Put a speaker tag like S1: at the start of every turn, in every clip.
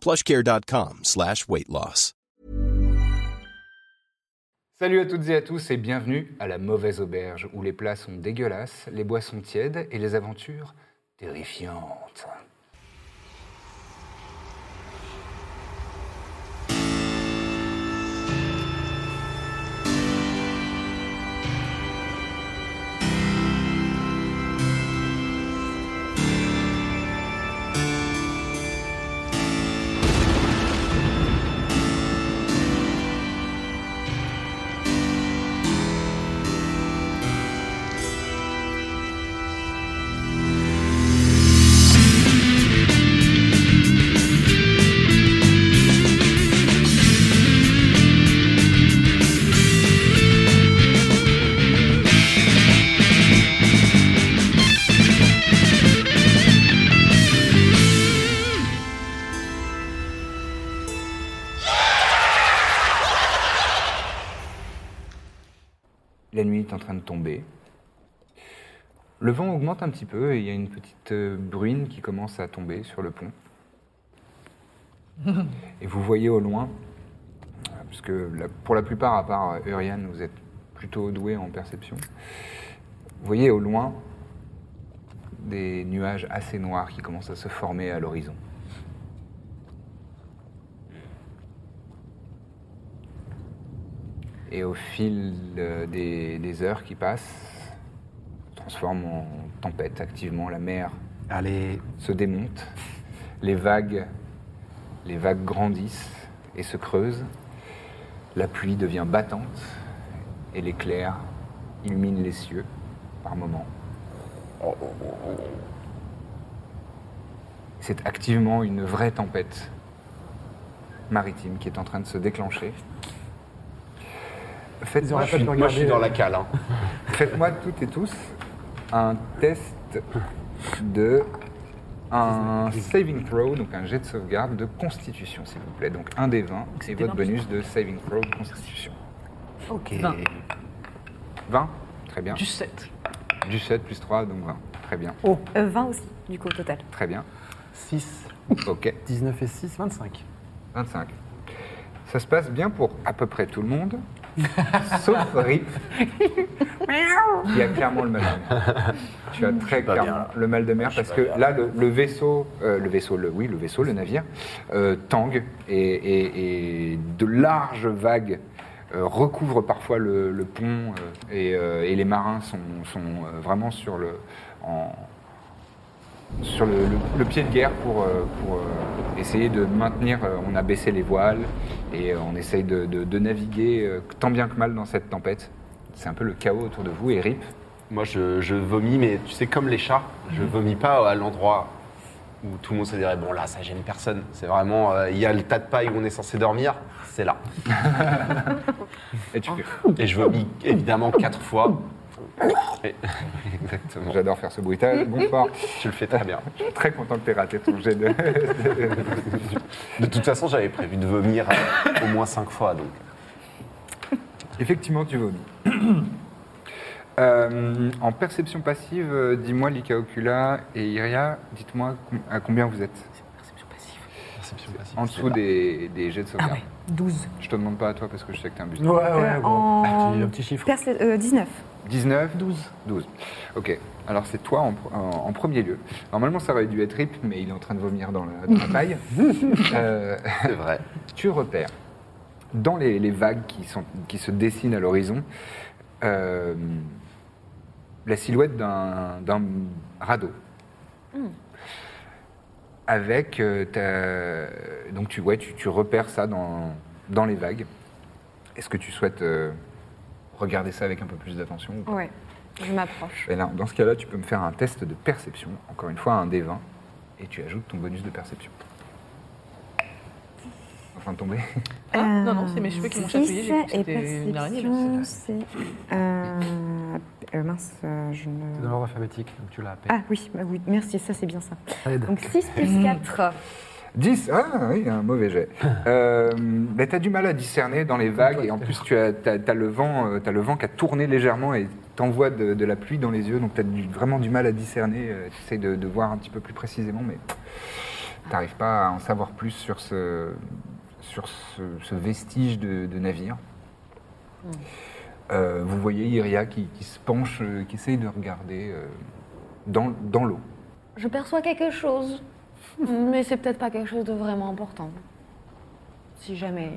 S1: plushcare.com slash weight loss.
S2: Salut à toutes et à tous et bienvenue à la mauvaise auberge où les plats sont dégueulasses, les boissons tièdes et les aventures terrifiantes. La nuit est en train de tomber. Le vent augmente un petit peu et il y a une petite euh, bruine qui commence à tomber sur le pont. et vous voyez au loin, euh, parce que la- pour la plupart, à part euh, Urian, vous êtes plutôt doué en perception, vous voyez au loin des nuages assez noirs qui commencent à se former à l'horizon. Et au fil euh, des, des heures qui passent, se transforme en tempête activement. La mer
S3: Allez,
S2: se démonte, les vagues, les vagues grandissent et se creusent. La pluie devient battante et l'éclair illumine les cieux par moments. C'est activement une vraie tempête maritime qui est en train de se déclencher. Faites-moi
S3: moi je, suis, moi, je suis dans
S4: euh,
S3: la cale. hein.
S2: Faites-moi toutes et tous un test de un saving throw, donc un jet de sauvegarde de constitution, s'il vous plaît. Donc un des 20 et votre bonus de saving throw de constitution.
S3: Ok.
S5: Vingt.
S2: 20 Très bien.
S5: Du 7.
S2: Du 7 plus 3, donc 20. Très bien.
S6: Euh, 20 aussi, du coup, au total.
S2: Très bien.
S3: 6,
S2: Ok.
S3: 19 et 6, 25.
S2: 25. Ça se passe bien pour à peu près tout le monde, sauf Rip. Il y a clairement le mal de mer. Tu as très
S3: pas bien,
S2: clairement
S3: là.
S2: le mal de mer
S3: suis
S2: parce
S3: pas
S2: que
S3: bien.
S2: là, le, le vaisseau, euh, le vaisseau, le, oui, le vaisseau, le navire, euh, tangue et, et- et de larges vagues euh, recouvrent parfois le, le pont euh, et, euh, et les marins sont, sont, euh, vraiment sur le, en- sur le, le- le pied de guerre pour, euh, pour euh, essayer de maintenir. euh, On a baissé les voiles et euh, on essaye de, de- de naviguer euh, tant bien que mal dans cette tempête. C'est un peu le chaos autour de vous et Rip.
S3: Moi je, je vomis, mais tu sais, comme les chats,
S4: Mhm.
S3: je vomis pas à l'endroit où tout le monde se dirait bon là ça gêne personne. C'est vraiment, euh, il y a le tas de paille où on est censé dormir, c'est là.
S2: Et
S5: Oh.
S2: tu fais- oh,
S3: Et je vomis évidemment quatre fois. Et- Exactement.
S2: J'adore faire ce bruitage. Bonsoir.
S3: Tu le fais très bien.
S2: Je suis très content que t'aies raté ton jet de...
S3: De toute façon, j'avais prévu de vomir euh, au moins cinq fois donc.
S2: Effectivement, tu vomis. Euh, en perception passive, euh, dis-moi, Lika Ocula et Iria, dites-moi com- à combien vous êtes
S5: Perception passive. Ah
S2: en dessous des, des jets de sauvegarde.
S6: 12.
S2: Je te demande pas à toi parce que je sais que t'es un bus.
S7: Ah
S6: Euh, en...
S7: un petit chiffre.
S6: Perce- euh, 19.
S2: 19 12. 12. Ok. Alors c'est toi en, pr- en- en premier lieu. Normalement ça aurait dû être Rip, mais il est en train de vomir dans la, dans la paille. Euh,
S3: C'est vrai.
S2: tu repères, dans les, les vagues qui, sont, qui se dessinent à l'horizon, euh, la silhouette d'un d'un radeau.
S3: Hmm.
S2: Avec. euh, ta- Donc tu, ouais, tu, tu repères ça dans, dans les vagues. Est-ce que tu souhaites euh, regarder ça avec un peu plus d'attention ou pas
S6: Ouais, je m'approche.
S2: et là, dans ce cas-là, tu peux me faire un test de perception, encore une fois un D20, et tu ajoutes ton bonus de perception. train de tomber.
S5: Hein non, non, c'est mes cheveux qui m'ont
S7: Euh, Six
S5: chatouillé, j'ai cru que
S7: et
S5: c'était une araignée, là,
S7: perception, c'est- euh, euh, mince, euh, je
S4: C'est dans
S7: ne...
S4: l'ordre alphabétique, donc tu l'as appelé.
S7: Ah oui, bah oui, merci, ça c'est bien ça.
S4: Aide.
S7: Donc 6
S5: Mm.
S7: plus 4.
S2: 10 Ah oui, un mauvais jet. Euh, mais t'as du mal à discerner dans les vagues et en plus tu as, t'as- t'as le vent, euh, t'as le vent qui a tourné légèrement et t'envoie de, de la pluie dans les yeux, donc t'as du- vraiment du mal à discerner. euh, T'essayes de, de voir un petit peu plus précisément, mais t'arrives pas à en savoir plus sur ce, sur ce, ce vestige de, de navire. Hmm. Euh, vous voyez Iria qui, qui se penche, euh, qui essaye de regarder euh, dans, dans l'eau.
S8: Je perçois quelque chose, mais c'est peut-être pas quelque chose de vraiment important. Si jamais.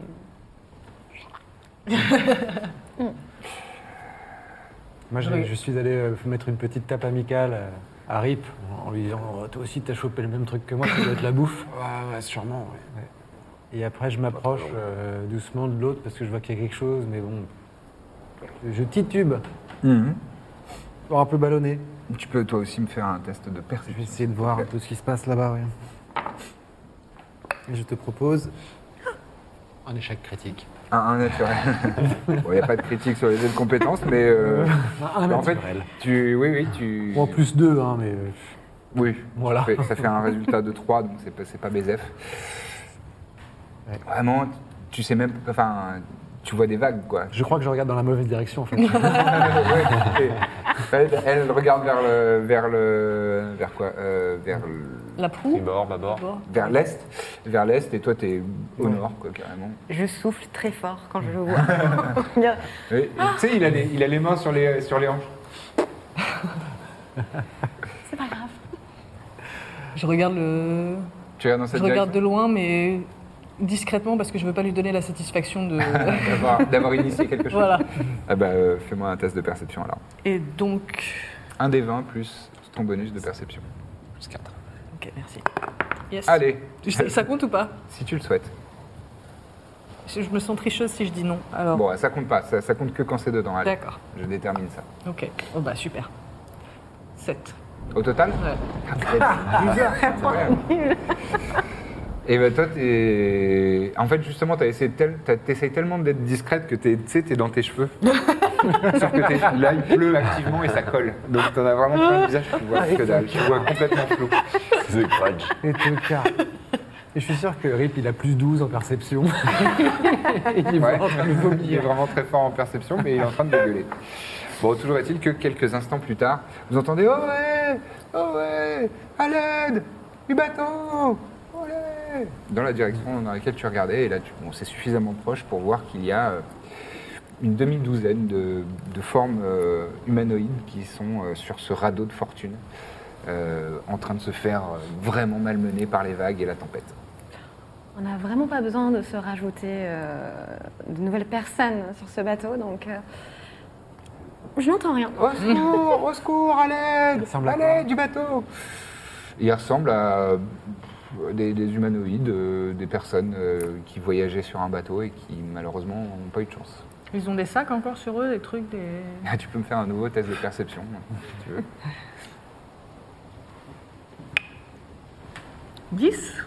S4: Moi, je, je suis allé euh, mettre une petite tape amicale euh, à Rip en lui disant Oh, Toi aussi, t'as chopé le même truc que moi, ça doit être la bouffe.
S3: Ouais, ouais, sûrement, ouais.
S4: Et après, je m'approche euh, doucement de l'autre parce que je vois qu'il y a quelque chose, mais bon. Je titube, encore un peu ballonné.
S2: Tu peux toi aussi me faire un test de
S4: Je
S2: perception.
S4: vais essayer de voir un peu ce qui se passe là-bas. ouais. Et je te propose un échec critique.
S2: Un, un naturel. Il n'y a pas de critique sur les jeux de compétences, mais euh,
S3: Ah,
S4: Un
S2: en fait, tu, oui, oui, tu,
S4: Ah, en plus deux, hein, mais euh,
S2: oui,
S4: Voilà.
S2: ça fait, ça fait un résultat de 3, donc c'est pas, c'est pas BZF.
S4: Ouais.
S2: Vraiment, tu sais même, enfin, tu vois des vagues, quoi.
S4: je crois que je regarde dans la mauvaise direction. En fait.
S2: Ouais, elle, elle regarde vers le, vers le, vers quoi Euh, Vers le-
S5: La proue
S3: Bâbord, bâbord.
S2: vers l'est, vers l'est, et toi t'es au nord, quoi, carrément.
S6: Je souffle très fort quand je le vois.
S2: Oui, et
S4: Ah
S2: Tu sais, il a, les, il a les mains sur les, sur les hanches.
S5: Je regarde le.
S2: Tu regardes dans
S5: Je
S2: cette
S5: regarde de
S2: direction
S5: loin, mais discrètement parce que je veux pas lui donner la satisfaction de.
S2: d'avoir- d'avoir initié quelque chose.
S5: voilà.
S2: Ah bah, euh, fais-moi un test de perception alors.
S5: Et donc.
S2: Un des 20 plus ton bonus de perception.
S3: Plus 4.
S5: Ok, merci. Yes.
S2: Allez,
S5: Ça, ça compte ou pas
S2: si tu le souhaites.
S5: je, je me sens tricheuse si je dis non. Alors.
S2: Bon, ça compte pas, ça, ça compte que quand c'est dedans. Allez,
S5: D'accord.
S2: je détermine ça.
S5: Ok. Oh bah super. 7.
S2: Au total
S5: Ouais.
S2: hein. Et bah toi, t'es... En fait, justement, t'as essayé tel... t'as- t'essayes tellement d'être discrète que t'es, tu sais, t'es dans tes cheveux. Sauf que t'es... là, il pleut activement et ça colle. Donc t'en as vraiment plein le visage, tu vois que dalle. Tu vois complètement flou.
S3: The Grudge.
S4: Et tout le cas. Et je suis sûr que Rip, il a plus 12 en perception. Et il
S2: Ouais.
S4: va en train de
S2: Il est
S4: vomir.
S2: vraiment très fort en perception, mais il est en train de dégueuler. Bon, toujours est-il que quelques instants plus tard, vous entendez Oh ouais Oh ouais À l'aide Du bateau Olé Dans la direction dans laquelle tu regardais, et là, tu- bon, c'est suffisamment proche pour voir qu'il y a euh, une demi-douzaine de, de formes euh, humanoïdes qui sont euh, sur ce radeau de fortune, euh, en train de se faire euh, vraiment malmener par les vagues et la tempête.
S8: On n'a vraiment pas besoin de se rajouter euh, de nouvelles personnes sur ce bateau, donc. euh, je n'entends rien.
S2: Au secours, au secours, à l'aide,
S4: ressemble à
S2: à
S4: quoi
S2: l'aide du bateau. Il ressemble à euh, des, des humanoïdes, euh, des personnes euh, qui voyageaient sur un bateau et qui malheureusement n'ont pas eu de chance.
S5: Ils ont des sacs encore sur eux, des trucs, des.
S2: Ah, tu peux me faire un nouveau test de perception, si tu veux.
S5: 10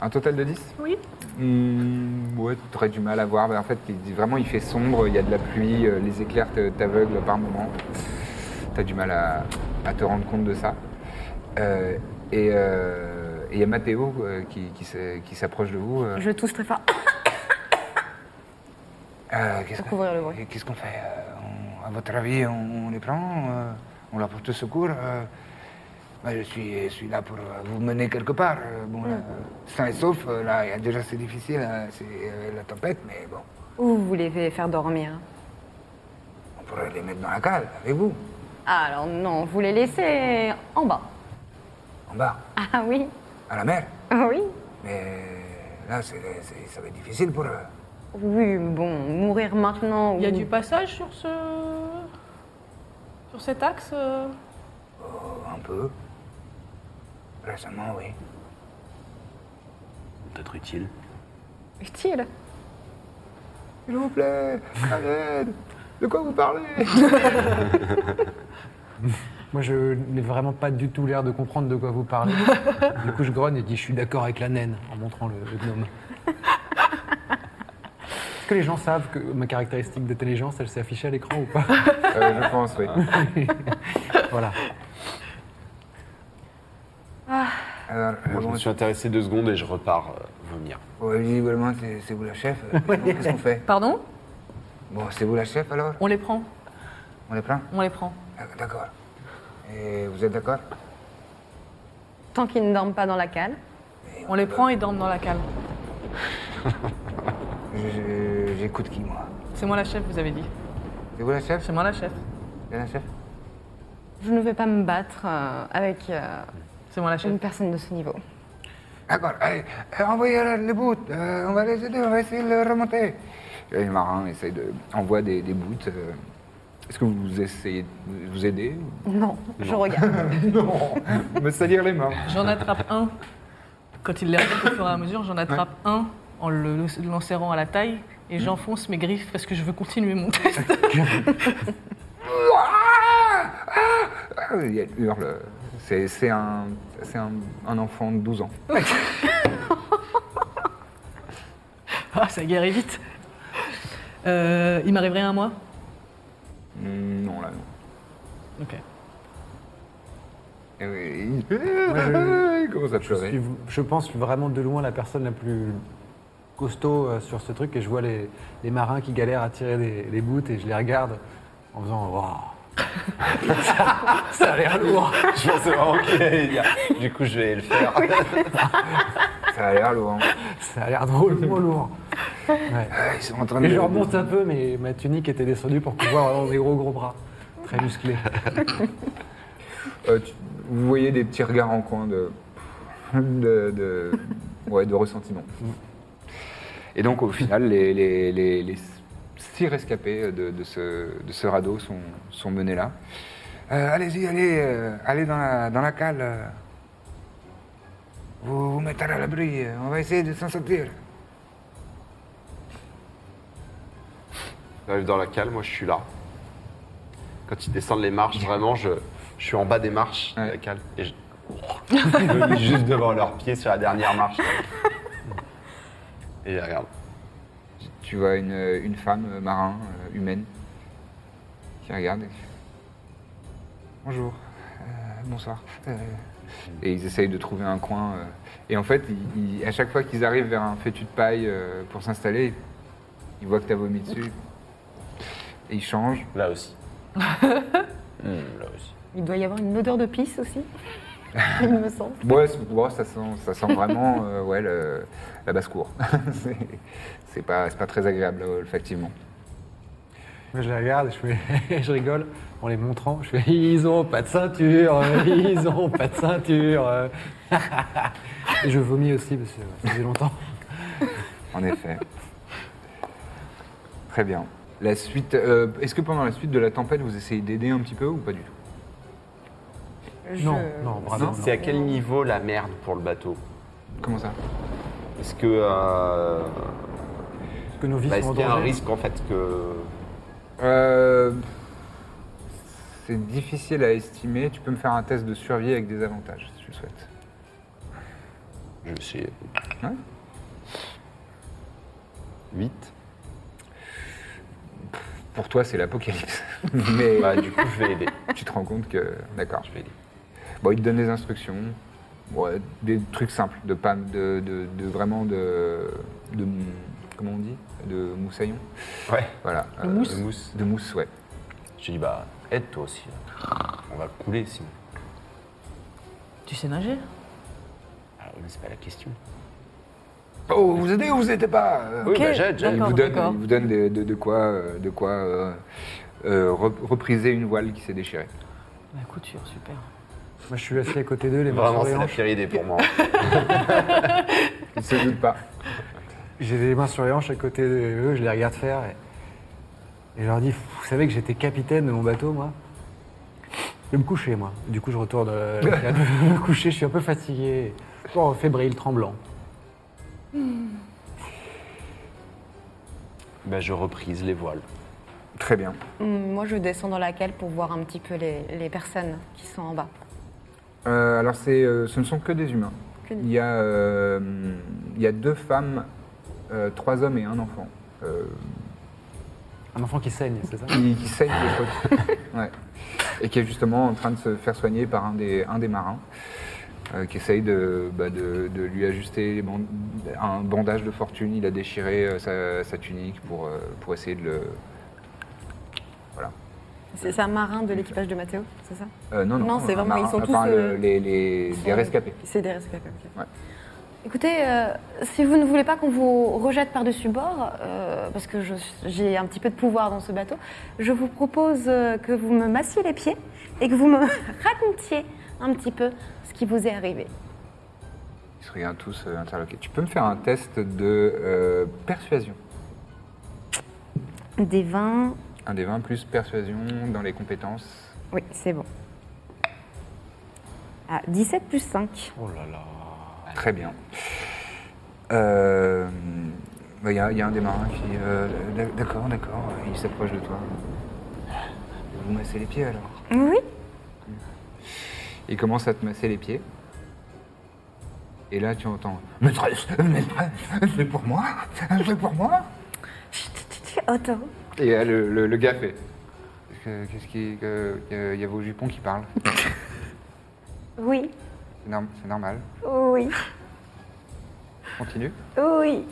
S2: Un total de 10
S5: Oui.
S2: Hmm, ouais, tu aurais du mal à voir. Mais en fait, il- vraiment, il fait sombre, il y a de la pluie, euh, les éclairs te- t'aveuglent par moments. Tu as du mal à, à te rendre compte de ça. Euh, et euh, et il y a Mathéo euh, qui, qui s'est- qui s'approche de vous. euh.
S6: Je tousse très fort.
S2: Euh, qu'est-ce qu'on
S6: couvrir le bruit.
S2: qu'est-ce qu'on fait Euh, on- À votre avis, on, on les prend euh, On leur porte secours euh, moi, je, suis, je suis là pour euh, vous mener quelque part. euh, bon,
S6: Mm.
S2: là, sain et sauf, euh, là, il y a déjà c'est difficile, hein, c'est euh, la tempête, mais bon,
S6: Où vous voulez les faire dormir
S2: on pourrait les mettre dans la cale avec vous,
S8: Ah, alors non, vous les laissez en bas.
S2: en bas,
S8: Ah oui,
S2: à la mer.
S8: ah oui.
S2: Mais là, c'est, c'est- ça va être difficile pour eux.
S8: Oui, bon, mourir maintenant.
S5: Il y a
S8: ou-
S5: du passage sur ce. sur cet axe euh
S2: Un peu. Récemment, oui.
S3: Peut-être utile.
S8: Utile.
S2: S'il vous plaît, à l'aide. De quoi vous parlez
S4: Moi, je n'ai vraiment pas du tout l'air de comprendre de quoi vous parlez. Du coup, je grogne et dis Je suis d'accord avec la naine en montrant le, le gnome. Est-ce que les gens savent que ma caractéristique d'intelligence, elle s'est affichée à l'écran ou pas
S2: Euh, je pense, oui.
S4: Voilà.
S2: Alors, euh,
S3: Moi, je
S2: bon,
S3: me suis intéressé deux secondes et je repars euh, vomir.
S2: bon, visiblement, c'est c'est vous la chef. Euh, Qu'est-ce qu'on fait
S5: Pardon
S2: Bon, c'est vous la chef alors
S5: On les prend,
S2: On est plein
S5: on les prend.
S2: D'accord. Et vous êtes d'accord
S8: Tant qu'ils ne dorment pas dans la cale.
S5: On les prend et dorment dans la cale.
S2: Je- je- J'écoute qui, moi
S5: C'est moi la chef, vous avez dit.
S2: C'est vous la chef
S5: C'est moi la chef.
S2: C'est la chef
S8: Je ne vais pas me battre euh, avec euh,
S5: C'est moi la chef.
S8: une personne de ce niveau.
S2: D'accord, allez, euh, envoyez le- les bouts, euh, on va les aider, on va essayer de le remonter. Euh, Et les marins essayent de... envoient des, des bouts. euh. Est-ce que vous essayez de vous aider
S8: Non, je regarde.
S2: Non Me salir les mains.
S5: J'en attrape un. Quand il les remonte au fur et à mesure, j'en attrape un en le l'enserrant à la taille et j'enfonce mes griffes parce que je veux continuer mon test.
S2: Ah, il y a une hurle. C'est c'est un, c'est un, un enfant de 12 ans.
S5: Ah, ça guérit vite. Euh, il m'arrive rien à moi
S2: Hmm, Non, là, non.
S5: Ok.
S2: Et oui, il... il commence à
S4: Je,
S2: pleurer.
S4: suis- je pense vraiment de loin la personne la plus costaud euh, sur ce truc et je vois les, les marins qui galèrent à tirer les, les bouts et je les regarde en faisant waouh. ça, ça a l'air lourd.
S3: Je pensais vraiment ok, il y a- du coup je vais le faire.
S2: Ça a l'air lourd. hein. Ah,
S4: Ça a l'air drôlement lourd. Ouais.
S2: Ils sont en train de.
S4: Et je remonte un peu, mais ma tunique était descendue pour pouvoir avoir mes gros gros bras. Très musclés.
S2: Euh, tu- Vous voyez des petits regards en coin de. de, de- ouais, de ressentiment. Et donc, au final, les, les- les- les six rescapés de, de ce, de ce radeau sont, sont menés là. Euh, allez-y, allez, euh, allez dans la, dans la cale. euh. Vous vous mettez à l'abri, euh, on va essayer de s'en sortir.
S3: J'arrive dans la cale, moi je suis là. Quand ils descendent les marches, vraiment, je, je suis en bas des marches de la
S2: Ouais.
S3: cale. Et je... je me mets juste devant leurs pieds sur la dernière marche. Et je les regarde.
S2: Tu vois une, une femme euh, marin, euh, humaine, qui regarde. et qui fait, Bonjour, euh, bonsoir. euh. Et ils essayent de trouver un coin. euh, et en fait, ils- ils- à chaque fois qu'ils arrivent vers un fétu de paille euh, pour s'installer, ils voient que tu as vomi dessus. Et ils changent.
S3: Là aussi. Hmm, là aussi.
S8: Il doit y avoir une odeur de pisse aussi, il me semble.
S2: Ouais, c'est- ouais, ça, sent, ça sent vraiment euh, ouais, le- la basse-cour. c'est, c'est pas, c'est pas très agréable, euh, effectivement.
S4: Moi, je les regarde, je, fais- je rigole en les montrant. Je fais Ils ont pas de ceinture, euh, ils ont pas de ceinture. euh. Et je vomis aussi parce que ça faisait longtemps.
S2: En effet. Très bien. La suite. euh, Est-ce que pendant la suite de la tempête, vous essayez d'aider un petit peu ou pas du tout
S4: Non, non, vraiment.
S3: C'est à quel niveau la merde pour le bateau
S2: Comment ça
S3: Est-ce que. euh,
S4: Parce que nos vies
S3: bah,
S4: sont
S3: Est-ce
S4: en
S3: qu'il y a un
S4: danger.
S3: risque en fait que.
S2: euh, C'est difficile à estimer. Tu peux me faire un test de survie avec des avantages, si tu le souhaites.
S3: Je vais essayer.
S2: Ouais.
S3: 8.
S2: Pour toi, c'est l'apocalypse. Mais
S3: Bah, du coup, je vais aider.
S2: tu te rends compte que. D'accord.
S3: Je vais aider.
S2: Bon, il te donne des instructions. Ouais, des trucs simples, de pas de, de- de vraiment de, de comment on dit de moussaillon,
S3: Ouais.
S2: voilà. euh,
S3: mousse. De mousse.
S2: de mousse, ouais.
S3: Je dis, bah, aide-toi aussi. hein. On va couler sinon.
S5: Tu sais nager
S3: Alors, Ah, mais c'est pas la question.
S2: Oh, vous aidez ou vous aidez pas euh,
S3: Oui, bah, j'aide, j'aide.
S2: Il vous
S5: D'accord,
S2: donne,
S5: d'accord.
S2: il vous donne de, de- de quoi, euh, de quoi euh, euh, rep- repriser une voile qui s'est déchirée.
S5: La couture, super.
S4: Moi, je suis assis à côté d'eux, les mains
S3: Vraiment,
S4: sur les hanches.
S3: c'est la pire idée pour moi.
S2: Il se doute pas.
S4: J'ai les mains sur les hanches à côté d'eux, je les regarde faire. Et, et je leur dis Vous savez que j'étais capitaine de mon bateau, moi Je vais me coucher, moi. Du coup, je retourne euh, je vais me coucher, je suis un peu fatigué. Bon, fébrile, tremblant.
S3: bah, je reprise les voiles.
S2: Très bien.
S8: Hum, Moi, je descends dans la cale pour voir un petit peu les, les personnes qui sont en bas.
S2: Euh, alors, c'est, euh, ce ne sont que des humains. Il y a, euh, il y a deux femmes, euh, trois hommes et un enfant. euh,
S4: Un enfant qui saigne, c'est ça
S2: qui, qui saigne des côtes. Ouais. Et qui est justement en train de se faire soigner par un des, un des marins, euh, qui essaye de, bah, de- de lui ajuster les ban- un bandage de fortune. Il a déchiré euh, sa, sa tunique pour, euh, pour essayer de le. Voilà.
S6: C'est c'est un marin de l'équipage de Mathéo, c'est ça
S2: Euh, non, non,
S6: Non, c'est
S2: un
S6: vraiment- ils sont tous,
S2: enfin, le-
S6: euh,
S2: les, les-
S6: Ils
S2: les
S6: sont-
S2: rescapés.
S6: C'est des rescapés, ok.
S8: Écoutez, euh, si vous ne voulez pas qu'on vous rejette par-dessus bord, euh, parce que je- j'ai un petit peu de pouvoir dans ce bateau, je vous propose euh, que vous me massiez les pieds et que vous me racontiez un petit peu ce qui vous est arrivé.
S2: Ils se regardent tous euh, interloqués. Tu peux me faire un test de euh, persuasion
S7: Des vins.
S2: Un des 20 plus persuasion dans les compétences.
S7: Oui, c'est bon. Ah, 17 plus 5.
S3: Oh
S2: Très bien. Euh, bah, Il y, a- il y a un des marins qui. euh, d'ac- d'accord, d'accord, il s'approche de toi. Vous massez les pieds alors
S7: Oui.
S2: Il commence à te masser les pieds. Et là, tu entends Maîtresse, maîtresse, c'est pour moi, c'est pour moi.
S7: Otto.
S2: Et euh, le, le- le gars fait Que- Qu'est-ce qui. que- que- Il y a vos jupons qui parlent.
S7: Oui.
S2: C'est norm- c'est normal.
S7: Oui.
S2: Continue.
S7: Oui.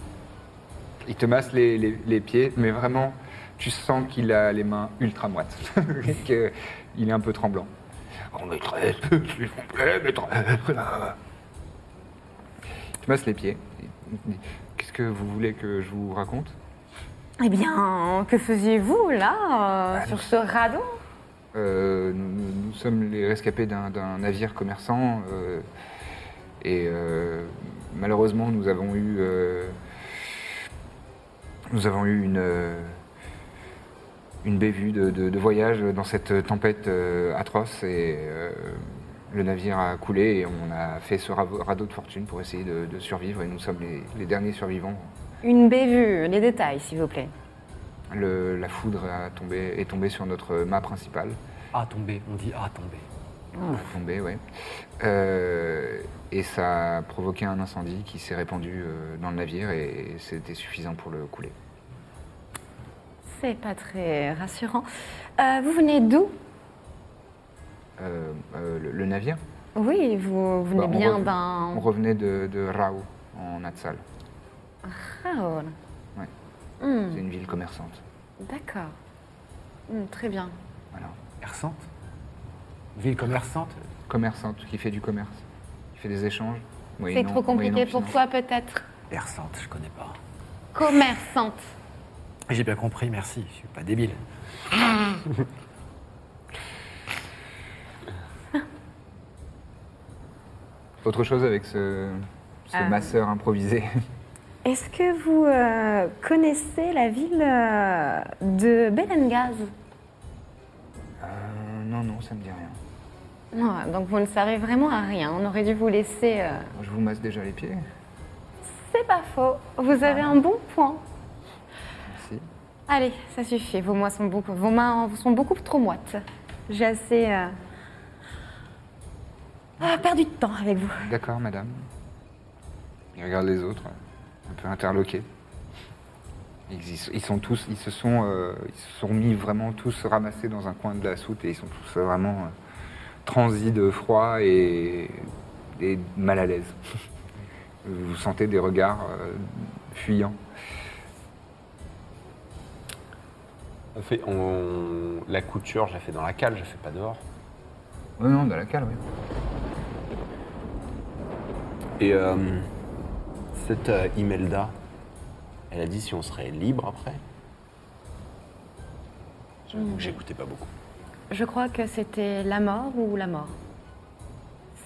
S2: Il te masse les, les- les pieds, mais vraiment, tu sens qu'il a les mains ultra moites. il est un peu tremblant. Oh maîtresse, s'il vous plaît, maîtresse. Tu masses les pieds. Il te dit, Qu'est-ce que vous voulez que je vous raconte
S7: Eh bien, que faisiez-vous là, euh, sur ce radeau
S2: Euh, nous, nous sommes les rescapés d'un d'un navire commerçant euh, et euh, malheureusement nous avons eu euh, nous avons eu une euh, une bévue de, de- de voyage dans cette tempête euh, atroce et euh, le navire a coulé et on a fait ce ravo- radeau de fortune pour essayer de, de survivre et nous sommes les, les derniers survivants.
S7: Une bévue, les détails, s'il vous plaît.
S2: Le- la foudre a tombé, est tombée sur notre mât principal.
S4: Ah, tombé, on dit ah, tombé.
S2: tombé, ouais. Euh, et ça a provoqué un incendie qui s'est répandu euh, dans le navire et c'était suffisant pour le couler.
S8: C'est pas très rassurant. Euh, vous venez d'où
S2: Euh, euh, le, le navire
S8: Oui, vous venez
S2: Bah, on
S8: bien
S2: rev-
S8: d'un...
S2: On revenait de, de Rao, en Natsal.
S8: Raoul.
S2: Ouais.
S8: Hmm,
S2: C'est une ville commerçante.
S8: D'accord. Hmm, très bien.
S2: Voilà.
S4: Commerçante Ville commerçante
S2: Commerçante, qui fait du commerce, qui fait des échanges.
S8: C'est
S2: moyennant-
S8: trop compliqué
S2: moyennant
S8: pour
S2: finance.
S8: toi peut-être.
S4: Commerçante, je connais pas.
S8: Commerçante.
S4: J'ai bien compris, merci, je suis pas débile.
S2: Autre chose avec ce, ce
S8: Ah.
S2: masseur improvisé.
S7: Est-ce que vous euh, connaissez la ville euh, de Belengaz
S2: Euh, non, non, ça me dit rien.
S8: Ouais, donc vous ne savez vraiment à rien. On aurait dû vous laisser... euh,
S2: Je vous masse déjà les pieds.
S8: C'est pas faux. Vous avez
S2: Ah.
S8: un bon point.
S2: Merci.
S8: Allez, ça suffit. Vos, mains sont beaucoup, vos mains sont beaucoup trop moites. J'ai assez euh, ah, perdu de temps avec vous.
S2: D'accord, madame. Il regarde les autres, un peu interloqués. Ils, y sont- ils sont tous, ils se sont, euh, ils se sont mis vraiment tous ramassés dans un coin de la soute et ils sont tous euh, vraiment euh, transis de froid et, et mal à l'aise. Vous sentez des regards euh, fuyants.
S3: On fait- on- La couture, je la fais dans la cale, je la fais pas dehors.
S2: Non, non, dans la cale, oui.
S3: Et euh, cette euh, Imelda, elle a dit si on serait libre après.
S5: Mmh.
S3: J'avoue que J'écoutais pas beaucoup.
S8: Je crois que c'était la mort ou la mort.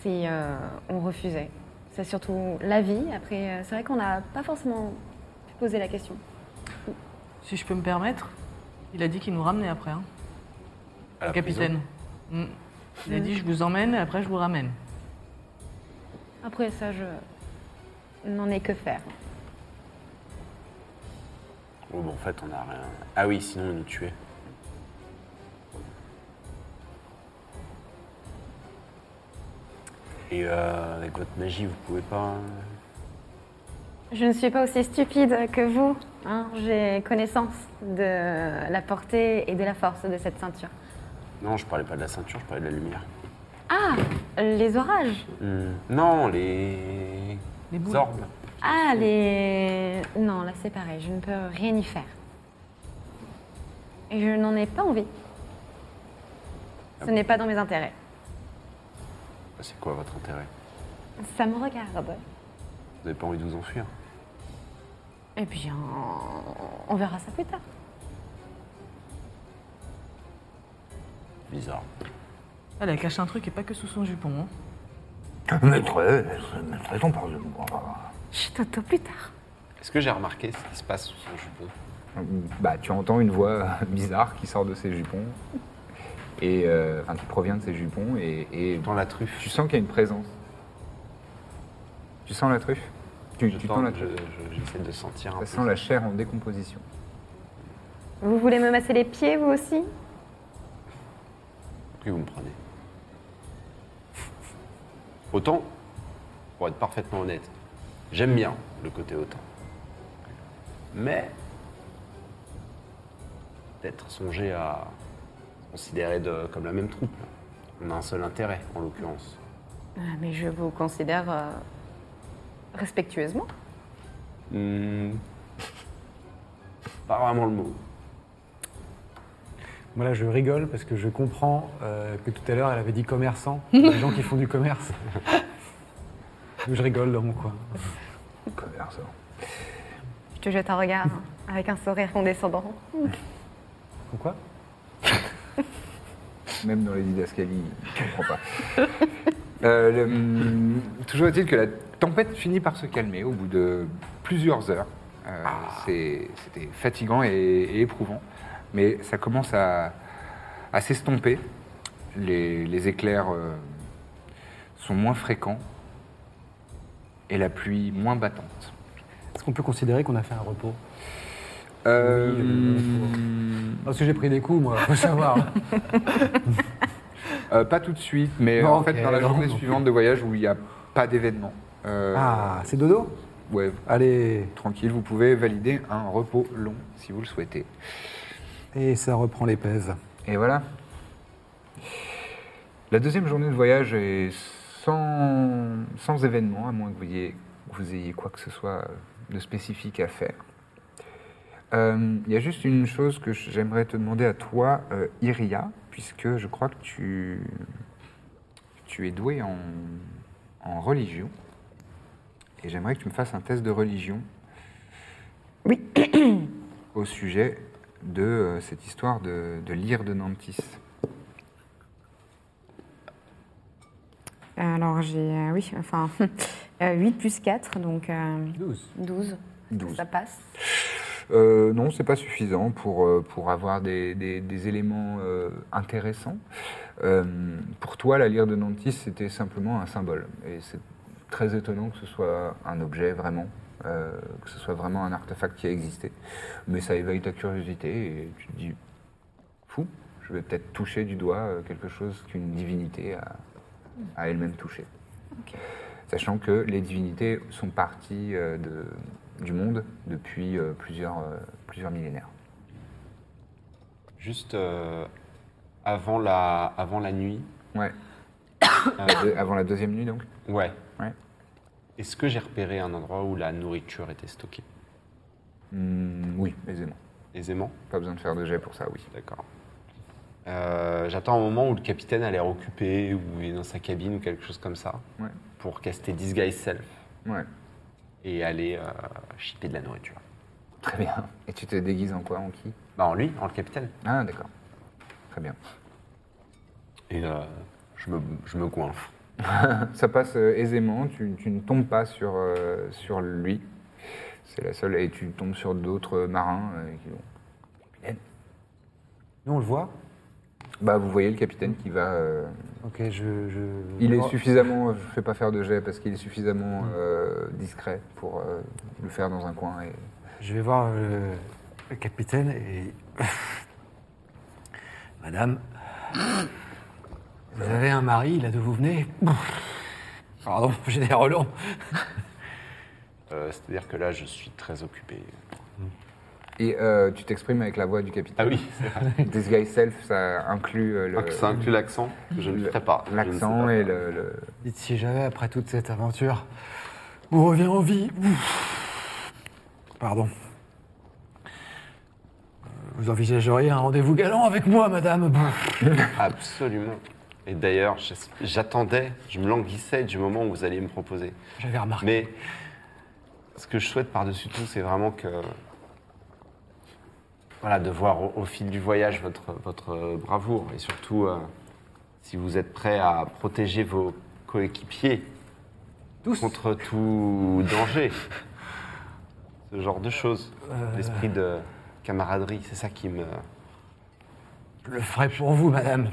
S8: Si euh, on refusait. C'est surtout la vie. Après, euh, c'est vrai qu'on n'a pas forcément pu poser la question.
S5: Si je peux me permettre, il a dit qu'il nous ramenait après, hein,
S3: À la
S5: le capitaine. Mm. Il a dit je vous emmène, et après je vous ramène.
S8: Après ça, je n'en ai que faire.
S3: prison. Oh, bon, en fait, on a rien. Ah oui, sinon, ils nous tuaient. Et euh, avec votre magie, vous pouvez pas. euh,
S8: Je ne suis pas aussi stupide que vous. hein. J'ai connaissance de la portée et de la force de cette ceinture.
S3: Non, je parlais pas de la ceinture, je parlais de la lumière.
S8: Ah, les orages.
S3: Hmm, Non, les.
S5: Les boules.
S3: orbes.
S8: Ah, les... Non, là c'est pareil, je ne peux rien y faire. Et je n'en ai pas envie.
S2: Ah
S8: Ce n'est pas dans mes intérêts.
S3: Ah, C'est quoi votre intérêt
S8: Ça me regarde.
S3: Vous n'avez pas envie de vous enfuir
S8: Eh bien, on verra ça plus tard.
S3: Bizarre.
S5: Elle a caché un truc et pas que sous son jupon. hein.
S2: Maîtresse, maîtresse, on parle de moi.
S8: Je Toto, plus tard.
S3: Est-ce que j'ai remarqué ce qui se passe sous son jupon
S2: Bah, tu entends une voix bizarre qui sort de ses jupons, et, euh, enfin qui provient de ses jupons, et, et
S3: Dans la truffe.
S2: tu sens qu'il y a une présence. Tu sens la truffe Tu,
S3: Je
S2: tu
S3: tente,
S2: sens la
S3: je-
S2: truffe
S3: je- J'essaie de sentir
S2: Ça
S3: un peu.
S2: sent la chair en décomposition.
S8: Vous voulez me masser les pieds, vous aussi
S3: que vous me prenez. Autant, pour être parfaitement honnête, j'aime bien le côté autant. Mais, peut-être songer à se considérer de- comme la même troupe. là. On a un seul intérêt, en l'occurrence.
S8: Ah, Mais je vous considère euh, respectueusement.
S3: Hmm. Pas vraiment le mot.
S4: Moi là, je rigole parce que je comprends euh, que tout à l'heure, elle avait dit commerçant, les gens qui font du commerce. je rigole dans mon coin.
S2: Commerçant.
S8: Je te jette un regard hein, avec un sourire condescendant.
S4: Pourquoi
S2: Même dans les didascalies, je comprends pas. Euh, le- hum, toujours est-il que la tempête finit par se calmer au bout de plusieurs heures. Euh, c'est- C'était fatigant et, et éprouvant, mais ça commence à, à s'estomper. Les, les éclairs euh, sont moins fréquents et la pluie moins battante.
S4: Est-ce qu'on peut considérer qu'on a fait un repos
S2: Euh,
S4: Parce que j'ai pris des coups, moi, faut savoir.
S2: euh, pas tout de suite, mais
S4: Non,
S2: en fait
S4: ok,
S2: dans la
S4: non,
S2: journée
S4: non.
S2: suivante de voyage où il n'y a pas d'événement. Euh,
S4: ah, c'est dodo
S2: ouais,
S4: Allez,
S2: tranquille, vous pouvez valider un repos long si vous le souhaitez.
S4: et ça reprend les pèses.
S2: Et voilà. La deuxième journée de voyage est sans, sans événement, à moins que vous ayez, que vous ayez quoi que ce soit de spécifique à faire. Euh, Il y a juste une chose que je- j'aimerais te demander à toi, euh, Iria, puisque je crois que tu, tu es douée en, en religion. Et j'aimerais que tu me fasses un test de religion. Oui. au sujet de euh, cette histoire de, de l'ire de Nantis.
S6: Alors j'ai. euh, oui, enfin. euh, 8 plus 4, donc. euh,
S4: 12.
S6: 12.
S2: Douze.
S6: Ça passe.
S2: Euh, non, c'est pas suffisant pour, euh, pour avoir des, des- des éléments euh, intéressants. Euh, pour toi, la lyre de Nantis, c'était simplement un symbole. Et c'est très étonnant que ce soit un objet vraiment, euh, que ce soit vraiment un artefact qui a existé. Mais ça éveille ta curiosité et tu te dis fou, je vais peut-être toucher du doigt euh, quelque chose qu'une divinité a, a elle-même touché. Sachant que les divinités sont parties euh, de- du monde depuis euh, plusieurs, euh, plusieurs millénaires.
S3: Juste euh, avant, la, avant la nuit.
S2: Ouais.
S3: euh,
S2: De- avant la deuxième nuit, donc
S3: ouais.
S2: Ouais.
S3: Est-ce que j'ai repéré un endroit où la nourriture était stockée
S2: Hmm, Oui, aisément.
S3: aisément
S2: Pas besoin de faire de jet pour ça, oui.
S3: D'accord. Euh, J'attends un moment où le capitaine a l'air occupé, ou est dans sa cabine ou quelque chose comme ça,
S2: Ouais.
S3: pour caster Disguise Self
S2: Ouais.
S3: et aller euh, shipper de la nourriture.
S2: Très bien. Et tu te déguises en quoi En qui
S3: Bah en lui, en le capitaine.
S2: Ah, d'accord. Très bien.
S3: Et euh, je, me, je me goinfre.
S2: Ça passe euh, aisément, tu, tu ne tombes pas sur, euh, sur lui. C'est la seule. Et tu tombes sur d'autres marins euh, qui vont.
S4: Nous, on le voit
S2: Bah, vous voyez le capitaine qui va. euh,
S4: Ok, je. je...
S2: Il est
S4: Oh,
S2: suffisamment, euh, je fais pas faire de jet parce qu'il est suffisamment euh, discret pour euh, le faire dans un coin. Et...
S4: Je vais voir euh, le capitaine et. Madame, vous avez un mari, là d'où vous venez Pardon, j'ai des relents.
S3: Euh, C'est-à-dire que là, je suis très occupé.
S2: Et euh, tu t'exprimes avec la voix du capitaine.
S3: Ah oui, c'est vrai.
S2: This guy self, ça inclut euh, le-
S3: Donc, ça inclut l'accent que je ne
S2: le-
S3: ferai pas. Je ne sais
S2: l'accent
S3: pas.
S2: et le, le-
S4: Dites si jamais, après toute cette aventure, on revient en vie. Pardon. Euh, Vous envisageriez un rendez-vous galant avec moi, madame
S3: Absolument. Et d'ailleurs, j'es- j'attendais, je me languissais du moment où vous alliez me proposer.
S4: J'avais remarqué.
S3: Mais ce que je souhaite par-dessus tout, c'est vraiment que. Voilà, de voir au, au fil du voyage votre, votre euh, bravoure et surtout euh, si vous êtes prêt à protéger vos coéquipiers contre tout danger. Ce genre de choses. L'esprit de camaraderie, c'est ça qui me.
S4: Je le ferai pour vous, madame.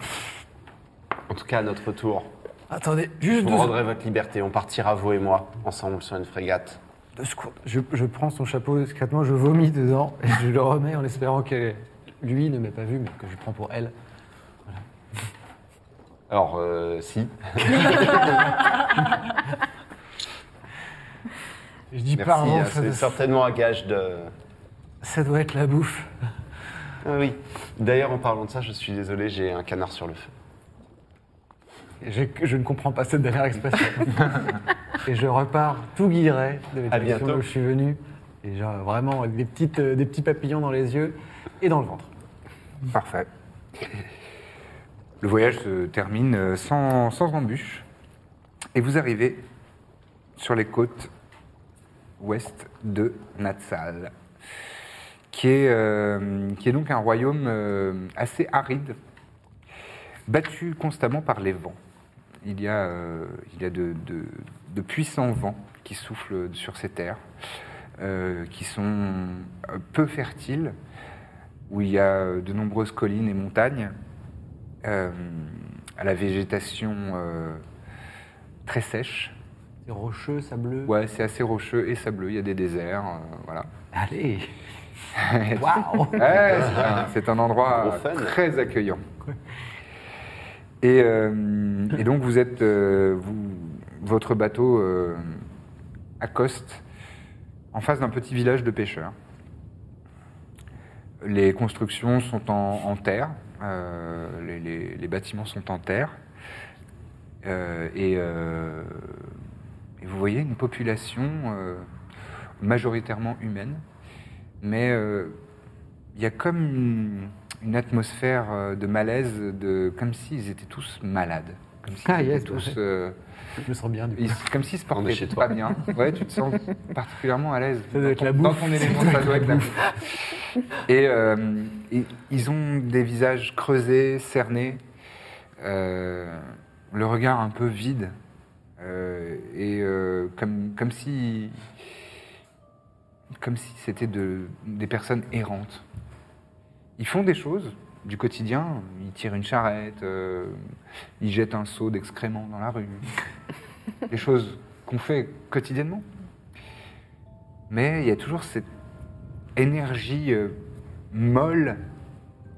S3: En tout cas, à notre tour,
S4: Attendez, juste
S3: Vous
S4: deux,
S3: rendrez votre liberté, on partira vous et moi, ensemble sur une frégate.
S4: deux secondes. Je, je prends son chapeau discrètement, je vomis dedans et je le remets en espérant que lui ne m'ait pas vu, mais que je prends pour elle.
S3: Alors, euh, si.
S4: Je dis
S3: Merci,
S4: pardon,
S3: hein,
S4: ça,
S3: c'est certainement un gage de...
S4: ça doit être la bouffe.
S3: Ah oui. D'ailleurs, en parlant de ça, je suis désolé, j'ai un canard sur le feu.
S4: Je, je ne comprends pas cette dernière expression. et je repars tout guilleret de la
S3: À
S4: direction
S3: bientôt.
S4: où je suis venu. Et genre, vraiment, avec des, petites, euh, des petits papillons dans les yeux et dans le ventre.
S2: Parfait. Le voyage se termine euh, sans, sans embûche. Et vous arrivez sur les côtes ouest de Natsal, qui est, euh, qui est donc un royaume euh, assez aride, battu constamment par les vents. Il y a, euh, il y a de, de- de puissants vents qui soufflent sur ces terres, euh, qui sont euh, peu fertiles, où il y a euh, de nombreuses collines et montagnes, euh, à la végétation euh, très sèche.
S4: C'est rocheux, sableux.
S2: Ouais, c'est assez rocheux et sableux, il y a des déserts, euh, voilà.
S4: Allez Waouh
S2: Ouais, Eh, c'est un- c'est un endroit
S3: Gros fun.
S2: très accueillant. Et, euh, et donc vous êtes, euh, vous- votre bateau euh, accoste en face d'un petit village de pêcheurs. Les constructions sont en, en terre, euh, les, les- les bâtiments sont en terre, Euh, et, euh, et vous voyez une population euh, majoritairement humaine, mais euh, il y a comme une, une atmosphère euh, de malaise, de, comme s'ils étaient tous malades. Comme s'ils
S4: Ah,
S2: étaient
S4: yes,
S2: tous,
S4: ouais.
S2: euh,
S4: Je me sens bien du coup.
S2: ils- comme s'ils se
S3: On est
S2: portaient
S3: chez toi.
S2: pas bien. Ouais, tu te sens particulièrement à l'aise.
S4: Ça doit être la
S2: Dans
S4: bouffe.
S2: ton élément, ça doit être la bouffe. Et euh, i- ils ont des visages creusés, cernés, euh, le regard un peu vide, euh, et euh, comme, comme si comme si c'était de- des personnes errantes. Ils font des choses du quotidien, ils tirent une charrette, euh, ils jettent un seau d'excréments dans la rue, des choses qu'on fait quotidiennement. Mais il y a toujours cette énergie euh, molle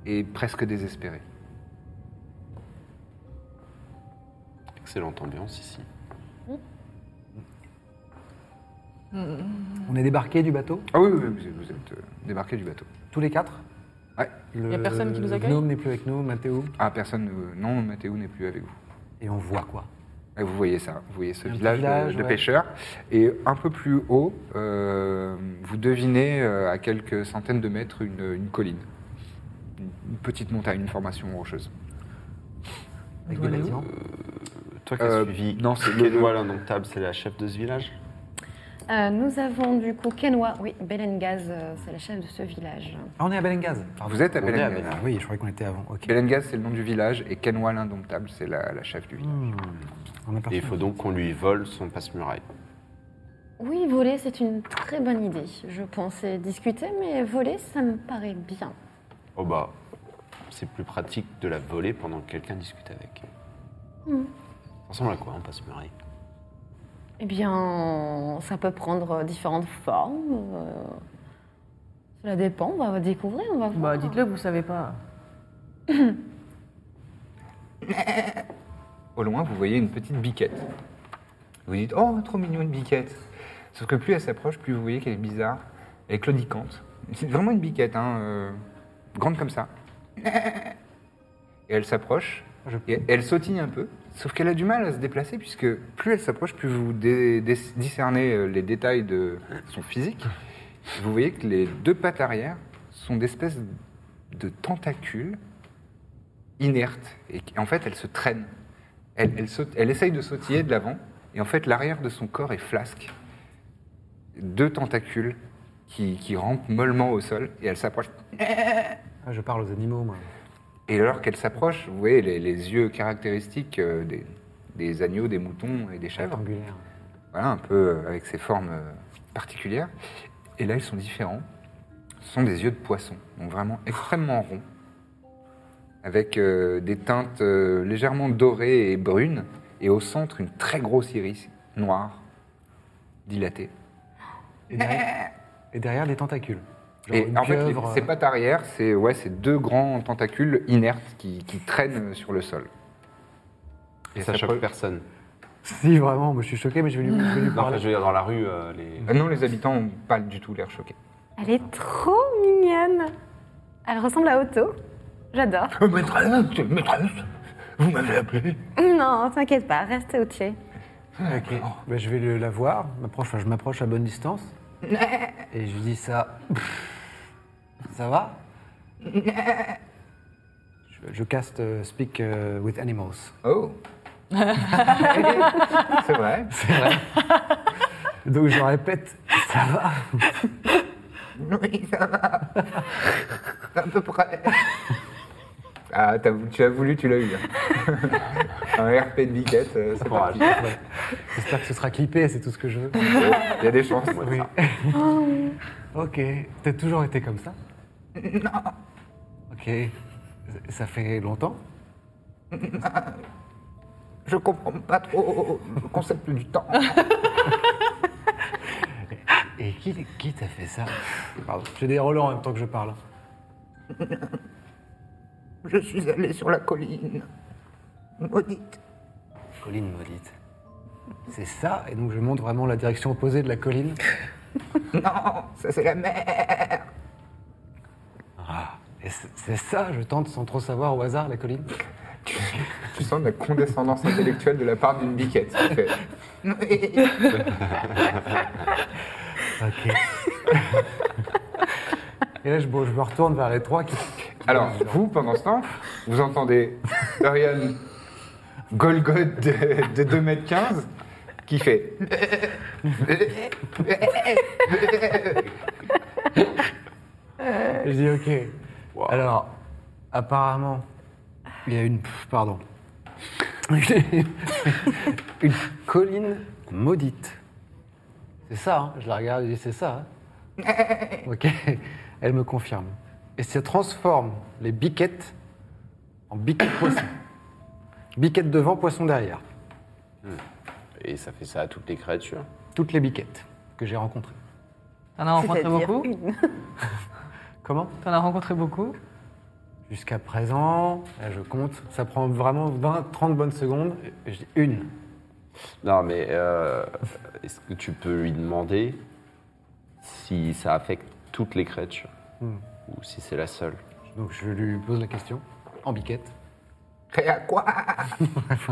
S2: et presque désespérée.
S3: Excellente ambiance ici.
S4: On est débarqué du bateau,
S2: Ah oui, oui, oui, vous êtes- vous êtes euh, débarqué du bateau.
S4: tous les quatre.
S2: Ouais.
S4: Il
S5: Y a personne qui nous accueille
S4: Gnome n'est plus avec nous, Mathéo.
S2: Ah, personne, euh, non, Mathéo n'est plus avec vous.
S4: Et on voit quoi
S2: Et vous voyez ça, vous voyez ce
S4: Un petit
S2: village, de-
S4: village,
S2: de,
S4: ouais.
S2: pêcheurs. Et un peu plus haut, euh, vous devinez euh, à quelques centaines de mètres une, une colline. Une une petite montagne, une formation rocheuse.
S4: Avec des bâtiments
S3: Toi qui as
S2: Euh,
S3: suivi
S2: non, c'est le-
S3: Kenwa, l'indomptable, c'est la chef de ce village
S8: Euh, nous avons du coup Kenwa, oui, Belengaz, euh, c'est la chef de ce village.
S4: Ah, on est à Belengaz. Pardon.
S2: Vous êtes à
S3: On est à
S2: Belengaz.
S3: Belengaz.
S4: Ah oui, je croyais qu'on était avant. Ok.
S2: Belengaz, c'est le nom du village, et Kenwa l'Indomptable, c'est la, la chef du village.
S4: On a
S3: Et il faut donc qu'on lui vole son passe-muraille.
S8: Oui, voler, c'est une très bonne idée. Je pensais discuter, mais voler, ça me paraît bien.
S3: Oh bah, c'est plus pratique de la voler pendant que quelqu'un discute avec. Ça ressemble à quoi un passe-muraille
S8: Eh bien, ça peut prendre différentes formes. euh, Cela dépend, on va découvrir, on va voir.
S5: Bah, dites-le, vous savez pas.
S2: Au loin, vous voyez une petite biquette. Vous dites Oh, trop mignon une biquette Sauf que plus elle s'approche, plus vous voyez qu'elle est bizarre. Elle est claudicante. C'est vraiment une biquette, hein, euh, grande comme ça. Et elle s'approche,
S4: Je-
S2: et elle sautille un peu. Sauf qu'elle a du mal à se déplacer, puisque plus elle s'approche, plus vous dé- dé- discernez euh, les détails de son physique. Vous voyez que les deux pattes arrière sont d'espèces de tentacules inerte. Et qui- en fait, elle se traîne. Elle, elle, saute- elle essaye de sautiller de l'avant. Et en fait, l'arrière de son corps est flasque. Deux tentacules qui, qui rampent mollement au sol. Et elle s'approche.
S4: Ah, je parle aux animaux, moi.
S2: Et alors qu'elle s'approche, vous voyez les, les yeux caractéristiques euh, des, des agneaux, des moutons et des chèvres.
S4: Rectangulaire.
S2: Voilà, un peu euh, avec ses formes euh, particulières. Et là, ils sont différents. Ce sont des yeux de poisson, donc vraiment extrêmement ronds, avec euh, des teintes euh, légèrement dorées et brunes, et au centre une très grosse iris noire, dilatée.
S4: Et derrière, et derrière, des tentacules. Genre
S2: et
S4: une
S2: en fait, les-
S4: pieuvre,
S2: ses
S4: euh,
S2: pattes arrière, c'est ouais, c'est deux grands tentacules inertes qui, qui traînent sur le sol.
S3: Et ça choque personne.
S4: euh, Si, vraiment, moi, je suis choqué, mais je vais lui, je vais lui
S3: Non, enfin,
S4: parler.
S3: je veux dire, dans la rue, euh, les...
S2: Ah Non, les habitants n'ont pas du tout l'air choqués.
S7: Elle est trop mignonne. Elle ressemble à Otto. J'adore.
S2: Euh, Maîtresse, maîtresse, vous m'avez appelé.
S7: Non, t'inquiète pas, reste au pied.
S2: Oh.
S4: Bah, je vais le- la voir, m'approche, enfin, je m'approche à bonne distance. et je lui dis ça. Ça va je, je caste euh, Speak euh, with Animals.
S2: Oh C'est vrai.
S4: Donc je répète, ça va
S2: Oui, ça va. À peu près. Ah, t'as vou- tu as voulu, tu l'as eu. hein. Un RP de biquette, euh, c'est
S3: Courage.
S2: parti.
S4: Ouais. J'espère que ce sera clippé, c'est tout ce que je veux.
S2: Il y a des chances.
S4: Oui. ok, t'as toujours été comme ça Non. Ok, ça fait longtemps
S2: Je comprends pas trop le concept du temps.
S4: Et qui, qui t'a fait ça Pardon, j'ai des relents en même temps que je parle.
S2: Je suis allé sur la colline. Maudite.
S4: Colline maudite. C'est ça, et donc je montre vraiment la direction opposée de la colline.
S2: Non, ça c'est la mer.
S4: Et c'est c'est ça, je tente sans trop savoir au hasard la colline.
S2: Tu sens de la condescendance intellectuelle de la part d'une biquette. ça fait.
S4: Ok. et là, je, bon, je me retourne vers les trois qui.
S2: Alors, vous, pendant ce temps, vous entendez Dorian Golgoth de, 2m15 qui fait.
S4: Et je dis ok. Alors, apparemment, il y a une. pff, Pardon. une colline maudite. C'est ça, hein je la regarde et je dis c'est ça. hein ok. Elle me confirme. Et ça transforme les biquettes en biquettes poisson. Biquettes devant, poisson derrière.
S3: Et ça fait ça à toutes les créatures.
S4: Toutes les biquettes que j'ai rencontrées.
S5: T'en as rencontré
S7: C'est-à-dire
S5: beaucoup
S7: une.
S4: Comment
S5: T'en as rencontré beaucoup
S4: Jusqu'à présent, là, je compte, ça prend vraiment 20-30 bonnes secondes. et Je dis une.
S3: Non, mais euh, est-ce que tu peux lui demander si ça affecte toutes les créatures Ou si c'est la seule
S4: Donc je lui pose la question, en biquette.
S2: Et à quoi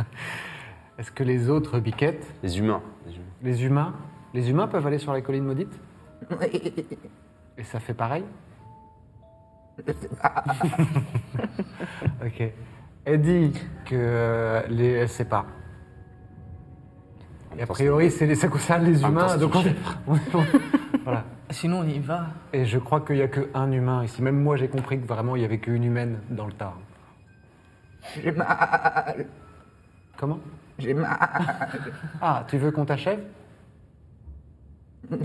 S4: Est-ce que les autres biquettes,
S3: Les humains. les humains.
S4: les humains, les humains peuvent aller sur la colline maudite Et ça fait pareil Ok. Elle dit que euh, les, elle sait pas. Et a priori, c'est les, ça concerne les
S3: En même temps,
S4: humains,
S3: c'est
S4: donc
S3: une
S4: on, on- voilà.
S5: Ah, Sinon, on y va.
S4: Et je crois qu'il n'y a qu'un humain ici. Même moi, j'ai compris que vraiment, il n'y avait qu'une humaine dans le tas.
S2: J'ai mal.
S4: Comment
S2: J'ai mal.
S4: Ah, tu veux qu'on t'achève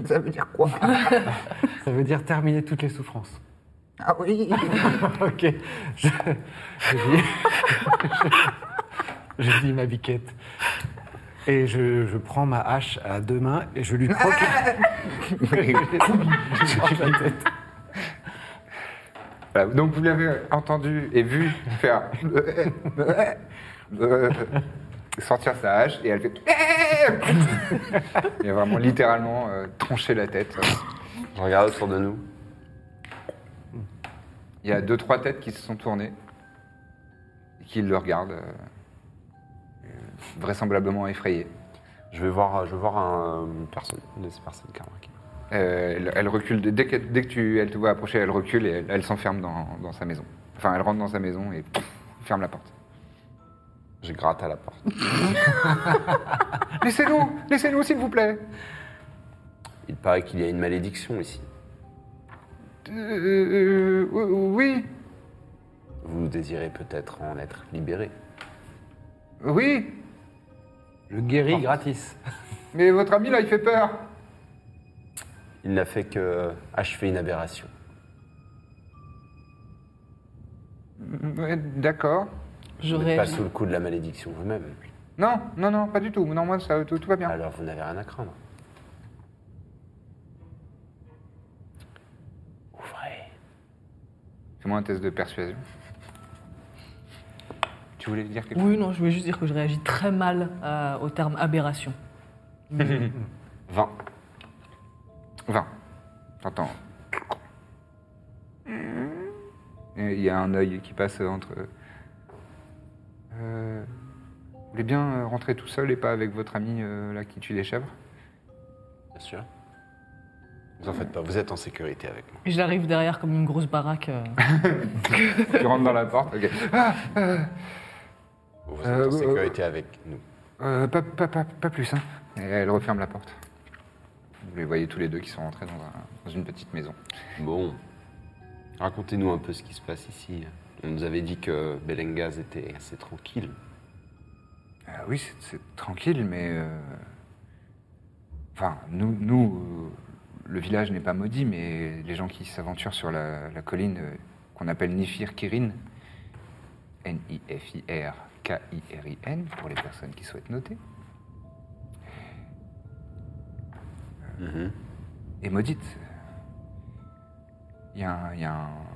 S2: Ça veut dire quoi
S4: Ça veut dire terminer toutes les souffrances.
S2: Ah oui.
S4: ok. Je, je dis, je dis ma biquette. Et je, je prends ma hache à deux mains et je lui croque, je lui croque la tête.
S2: Voilà, donc vous l'avez entendu et vu faire. euh, sortir sa hache et elle fait. Il a vraiment littéralement euh, tranché la tête.
S3: Je regarde autour de nous.
S2: Il y a deux, trois têtes qui se sont tournées et qui le regardent, euh, euh, vraisemblablement effrayées.
S3: Je vais voir, je vais voir un, une personne, une de ces personnes qui a remarqué.
S2: Euh, elle, elle recule, de- dès que, dès que tu, elle te voit approcher, elle recule et elle, elle s'enferme dans, dans sa maison. Enfin, elle rentre dans sa maison et pouf, ferme la porte.
S3: Je gratte à la porte.
S2: Laissez-nous, laissez-nous s'il vous plaît.
S3: Il paraît qu'il y a une malédiction ici.
S2: Euh, euh, oui,
S3: Vous désirez peut-être en être libéré.
S2: oui,
S4: Le guéri gratis.
S2: mais votre ami là, il fait peur.
S3: Il n'a fait que achever une aberration.
S2: Ouais, Euh, D'accord.
S5: Je
S3: Vous n'êtes pas
S5: réagis.
S3: sous le coup de la malédiction vous-même.
S2: Non, non, non, pas du tout. Non, moi, ça, tout, tout va bien.
S3: Alors vous n'avez rien à craindre. Ouvrez.
S2: Fais-moi un test de persuasion. Tu voulais dire quelque chose
S5: Oui, non, je voulais juste dire que je réagis très mal à- au terme aberration.
S3: 20.
S2: 20. T'entends. Et Il y a un œil qui passe entre. Euh, vous voulez bien euh, rentrer tout seul et pas avec votre ami euh, là qui tue les chèvres
S3: Bien sûr. Vous en faites pas, vous êtes en sécurité avec moi.
S5: Et J'arrive derrière comme une grosse baraque. euh.
S2: Tu rentres dans la porte Ok. Ah, euh,
S3: Vous
S2: Euh,
S3: êtes en
S2: euh,
S3: sécurité avec nous.
S2: euh, pas, pas- pas- pas plus, hein. Et elle referme la porte. Vous les voyez tous les deux qui sont rentrés dans, un- dans une petite maison.
S3: Bon. Racontez-nous un peu ce qui se passe ici. On nous avait dit que Belengaz était assez tranquille.
S2: Euh, oui, c'est- c'est tranquille, mais. euh, Enfin, nous, nous euh, le village n'est pas maudit, mais les gens qui s'aventurent sur la, la colline euh, qu'on appelle Nifir Kirin, N-I-F-I-R-K-I-R-I-N, pour les personnes qui souhaitent noter,
S3: Mhm.
S2: est maudite. Il y a un. il y a un-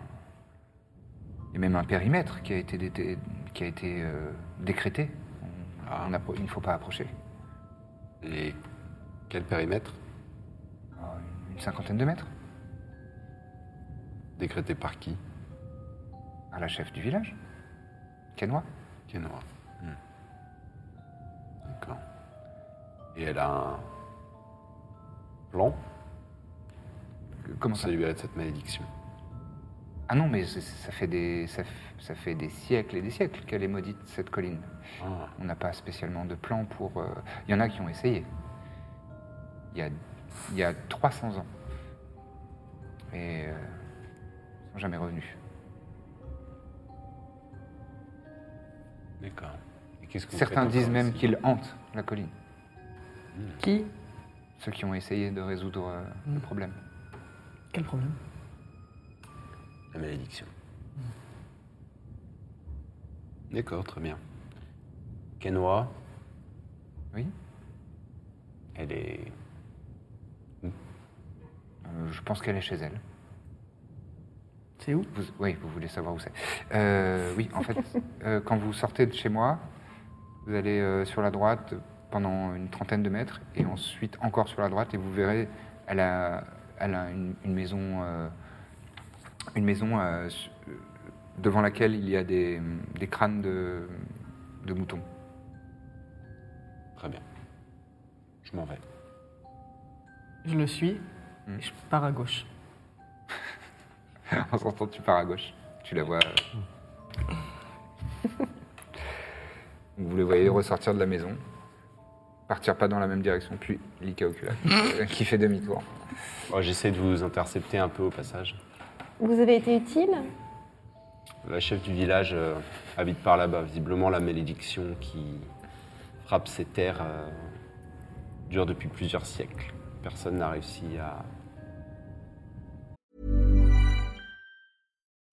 S2: il y a même un périmètre qui a été, dété- qui a été euh, décrété. On- on appro- il ne faut pas approcher.
S3: Et quel périmètre
S2: Ah, Une cinquantaine de mètres
S3: Décrété par qui
S2: à la chef du village, Canois.
S3: Kenora. Hmm. D'accord. Et elle a un plan
S2: Comment
S3: pour
S2: ça
S3: se libérer de cette malédiction.
S2: Ah non, mais c'est- ça fait, des, ça, f- ça fait des siècles et des siècles qu'elle est maudite, cette colline.
S3: Ah,
S2: On n'a pas spécialement de plan pour... euh, Il y en a qui ont essayé. Il y a, il y a 300 ans. Et... euh, ils sont jamais revenus.
S3: d'accord. Et qu'est-ce que vous
S2: Certains
S3: faites
S2: disent
S3: encore
S2: même
S3: ici
S2: qu'ils hantent la colline.
S5: Qui
S2: Ceux qui ont essayé de résoudre euh, le problème.
S5: Quel problème
S3: La malédiction. D'accord, très bien. Kenora,
S2: Oui
S3: elle est.
S2: Euh, Je pense qu'elle est chez elle.
S5: C'est où
S2: Vous- oui, vous voulez savoir où c'est. Euh, oui, en fait, euh, quand vous sortez de chez moi, vous allez euh, sur la droite pendant une trentaine de mètres et ensuite encore sur la droite et vous verrez, elle a, elle a une, une maison, euh, une maison euh, su- euh, devant laquelle il y a des, des crânes de, de moutons.
S3: Très bien. Je m'en vais.
S5: Je le suis
S2: Hmm.
S5: et je pars à gauche.
S2: en sortant, tu pars à gauche. Tu la vois. euh. Vous les voyez ressortir de la maison, partir pas dans la même direction, puis Lika Ocula, euh, qui fait demi-tour.
S3: Oh, J'essaie de vous intercepter un peu au passage.
S8: Vous avez été utile
S3: La chef du village euh, habite par là-bas. Visiblement, la malédiction qui frappe ces terres euh, dure depuis plusieurs siècles. Personne n'a réussi à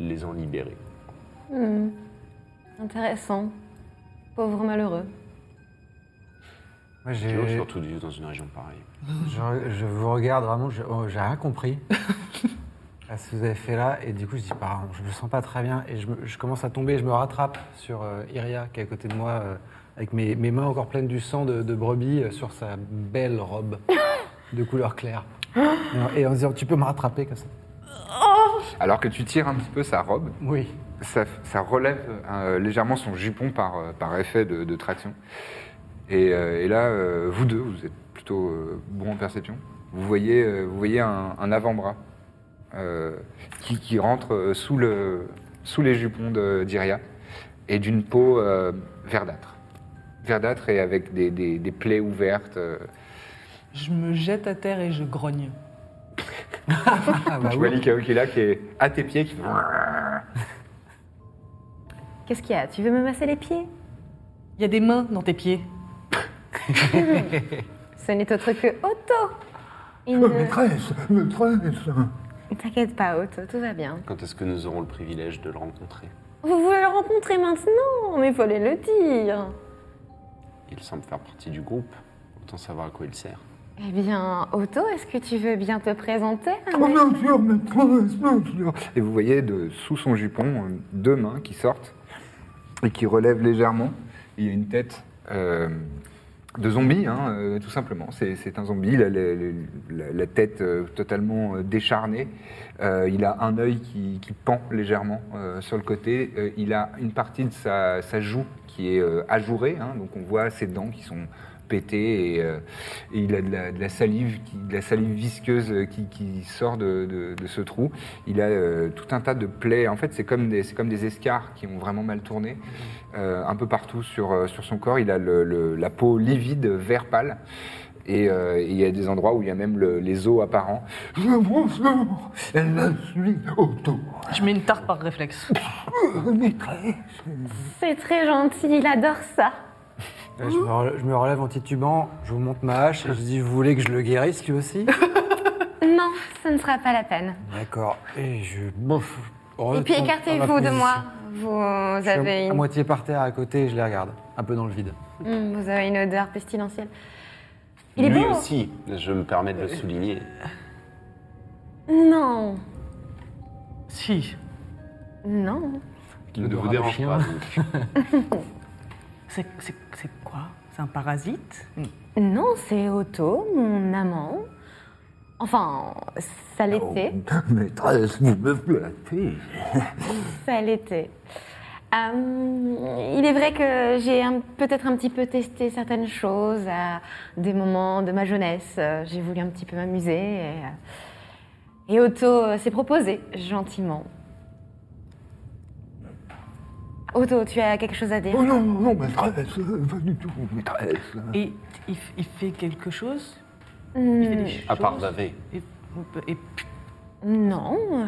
S3: les ont libérés.
S8: Hmm. Intéressant. Pauvre malheureux.
S4: Moi,
S3: Ils ont
S4: j'ai-
S3: surtout dû dans une région pareille.
S4: je, je vous regarde vraiment, je- oh, j'ai rien compris à ce que vous avez fait là. Et du coup, je dis, pardon, je me sens pas très bien. Et je, me- je commence à tomber, je me rattrape sur euh, Iria qui est à côté de moi, euh, avec mes, mes mains encore pleines du sang de, de brebis euh, sur sa belle robe de couleur claire. Et, en disant, tu peux me rattraper comme ça.
S2: Alors que tu tires un petit peu sa robe,
S4: Oui.
S2: ça, ça relève euh, légèrement son jupon par, euh, par effet de, de traction. Et, euh, et là, euh, vous deux, vous êtes plutôt euh, bons en perception. Vous voyez, euh, vous voyez un, un avant-bras euh, qui, qui rentre euh, sous, le, sous les jupons de- d'Iria et d'une peau euh, verdâtre. Verdâtre et avec des, des- des plaies ouvertes. euh.
S5: Je me jette à terre et je grogne.
S4: Ah, bah
S2: tu vois
S4: oui.
S2: Likao qui est là, qui est à tes pieds, qui fait-
S8: Qu'est-ce qu'il y a Tu veux me masser les pieds
S5: Il y a des mains dans tes pieds.
S8: Ce n'est autre que Otto. Il ne...
S2: Maîtresse, maîtresse.
S8: T'inquiète pas, Otto, tout va bien.
S3: Quand est-ce que nous aurons le privilège de le rencontrer
S8: Vous voulez le rencontrer maintenant, mais fallait le dire.
S3: Il semble faire partie du groupe. Autant savoir à quoi il sert.
S8: Eh bien, Otto, est-ce que tu veux bien te présenter à
S2: Oh
S8: mes-
S2: bien sûr, mais promise, bien sûr. Et vous voyez de, sous son jupon euh, deux mains qui sortent et qui relèvent légèrement. Il y a une tête euh, de zombie, hein, euh, tout simplement. C'est c'est un zombie, la, la- la- la tête euh, totalement euh, décharnée. Euh, il a un œil qui, qui pend légèrement euh, sur le côté. Euh, il a une partie de sa, sa joue qui est euh, ajourée, hein, donc on voit ses dents qui sont pétées et, euh, et il a de la, de la salive, qui- de la salive visqueuse euh, qui, qui sort de, de- de ce trou. Il a euh, tout un tas de plaies. En fait, c'est comme des, c'est comme des escarres qui ont vraiment mal tourné euh, un peu partout sur, euh, sur son corps. Il a le- le- la peau livide, vert pâle. Et euh, il y a des endroits où il y a même le- les os apparents. Bonjour, la suis autour.
S5: Je mets une tarte par réflexe.
S8: C'est très gentil, il adore ça.
S4: Là, je, me relève, je me relève en titubant, je vous monte ma hache et je dis, vous voulez que je le guérisse lui aussi
S8: Non, ce ne sera pas la peine.
S4: D'accord. Et je. bof.
S8: Et puis
S4: Retourne dans
S8: écartez-vous
S4: ma
S8: de
S4: position.
S8: moi. Vous
S4: Je suis
S8: avez
S4: à
S8: une
S4: moitié par terre à côté, je les regarde, un peu dans le vide.
S8: Mm, vous avez une odeur pestilentielle. Il est
S3: Lui
S8: beau
S3: aussi, je me permets de le souligner.
S8: Non.
S5: Si,
S8: Non.
S3: Ne
S4: L'odorat
S3: vous
S4: de
S3: dérange
S4: chien.
S3: pas. donc.
S5: c'est c'est- c'est quoi C'est un parasite Une-
S8: Non, c'est Otto, mon amant. Enfin,
S4: Ah,
S8: ça
S4: oh,
S8: l'était.
S2: Oh, Maîtresse, vous me flattez.
S8: Ça l'était. Euh, il est vrai que j'ai un- peut-être un petit peu testé certaines choses à des moments de ma jeunesse. Euh, J'ai voulu un petit peu m'amuser. Et, euh, et Otto euh, s'est proposé gentiment. Otto, tu as quelque chose à dire
S2: Oh non, non, non, maîtresse, pas du tout, maîtresse.
S5: Et il, f- il fait quelque chose Il fait
S8: Hmm,
S5: des choses
S3: À part baver.
S5: Et, et-
S8: Non, euh,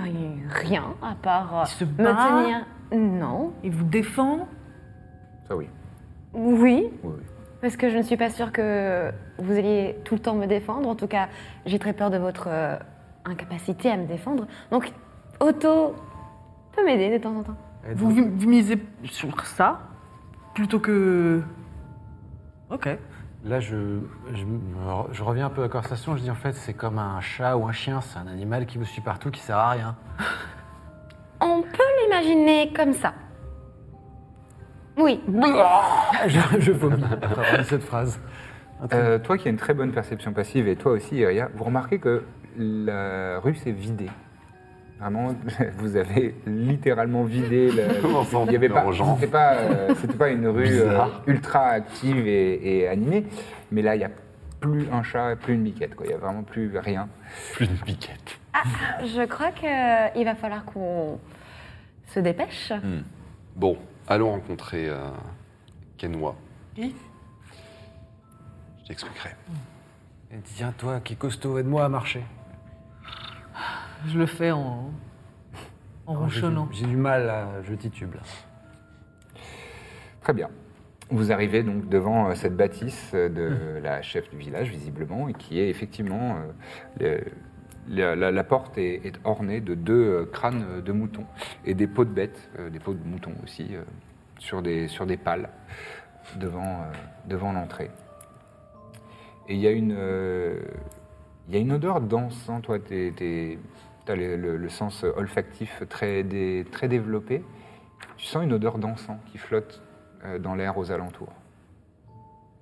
S8: rien à part euh,
S5: Il se
S8: me
S5: bat
S8: tenir. Non.
S5: il vous défend
S2: Ça oui.
S8: Oui,
S2: oui, oui.
S8: parce que je ne suis pas sûre que vous alliez tout le temps me défendre. En tout cas, j'ai très peur de votre euh, incapacité à me défendre. Donc, Otto peut m'aider de temps en temps.
S4: Et
S5: vous,
S4: donc,
S5: vous misez sur ça plutôt que. Ok.
S4: Là, je, je, me re- je reviens un peu à la conversation, je dis en fait, c'est comme un chat ou un chien, c'est un animal qui vous suit partout, qui sert à rien.
S8: On peut l'imaginer comme ça. Oui.
S4: Ah, je, je vomis après avoir dit cette phrase. Un truc-
S2: Euh, toi qui as une très bonne perception passive et toi aussi, Iria, vous remarquez que la rue s'est vidée. Vraiment, vous avez littéralement vidé. la-
S3: Comment ça,
S2: Il y avait pas.
S3: dérangeant.
S2: C'était pas, euh, c'était pas une rue euh,
S3: Bizarre.
S2: ultra active et, et animée, mais là, il n'y a plus un chat, plus une biquette. Quoi. Il n'y a vraiment plus rien.
S3: Plus de piquette.
S8: Je crois qu'il va falloir qu'on se dépêche.
S3: Hmm. Bon, allons rencontrer euh, Kenwa.
S5: Qui
S3: Je t'expliquerai.
S4: Et Tiens, toi qui est costaud, aide-moi à marcher.
S5: Je le fais en.
S4: J'ai
S5: en
S4: du-
S5: ronchonnant.
S4: J'ai du mal, à- je titube là.
S2: Très bien. Vous arrivez donc devant euh, cette bâtisse euh, de la chef du village, visiblement, et qui est effectivement. euh, le- la, la- la porte est, est ornée de deux euh, crânes euh, de moutons et des peaux de bêtes, euh, des peaux de moutons aussi, euh, sur, des, sur des pales devant, euh, devant l'entrée. Et il y, a une, euh, il y a une odeur dense. hein, Toi, tu as le, le- le sens olfactif très, dé- très développé. Tu sens une odeur d'encens qui flotte euh, dans l'air aux alentours.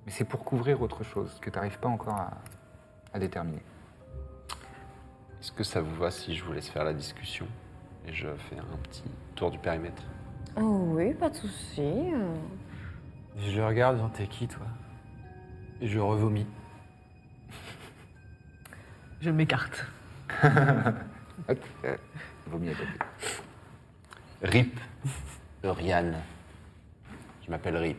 S2: Mais c'est pour couvrir autre chose que tu n'arrives pas encore à, à déterminer.
S3: Est-ce que ça vous va si je vous laisse faire la discussion et je fais un petit tour du périmètre
S8: Oh oui, pas de souci. euh.
S4: Et je le regarde, disant t'es qui toi Et je revomis.
S5: Je m'écarte.
S2: Hop, euh, vomi à côté.
S3: Rip Euriane. Je m'appelle Rip.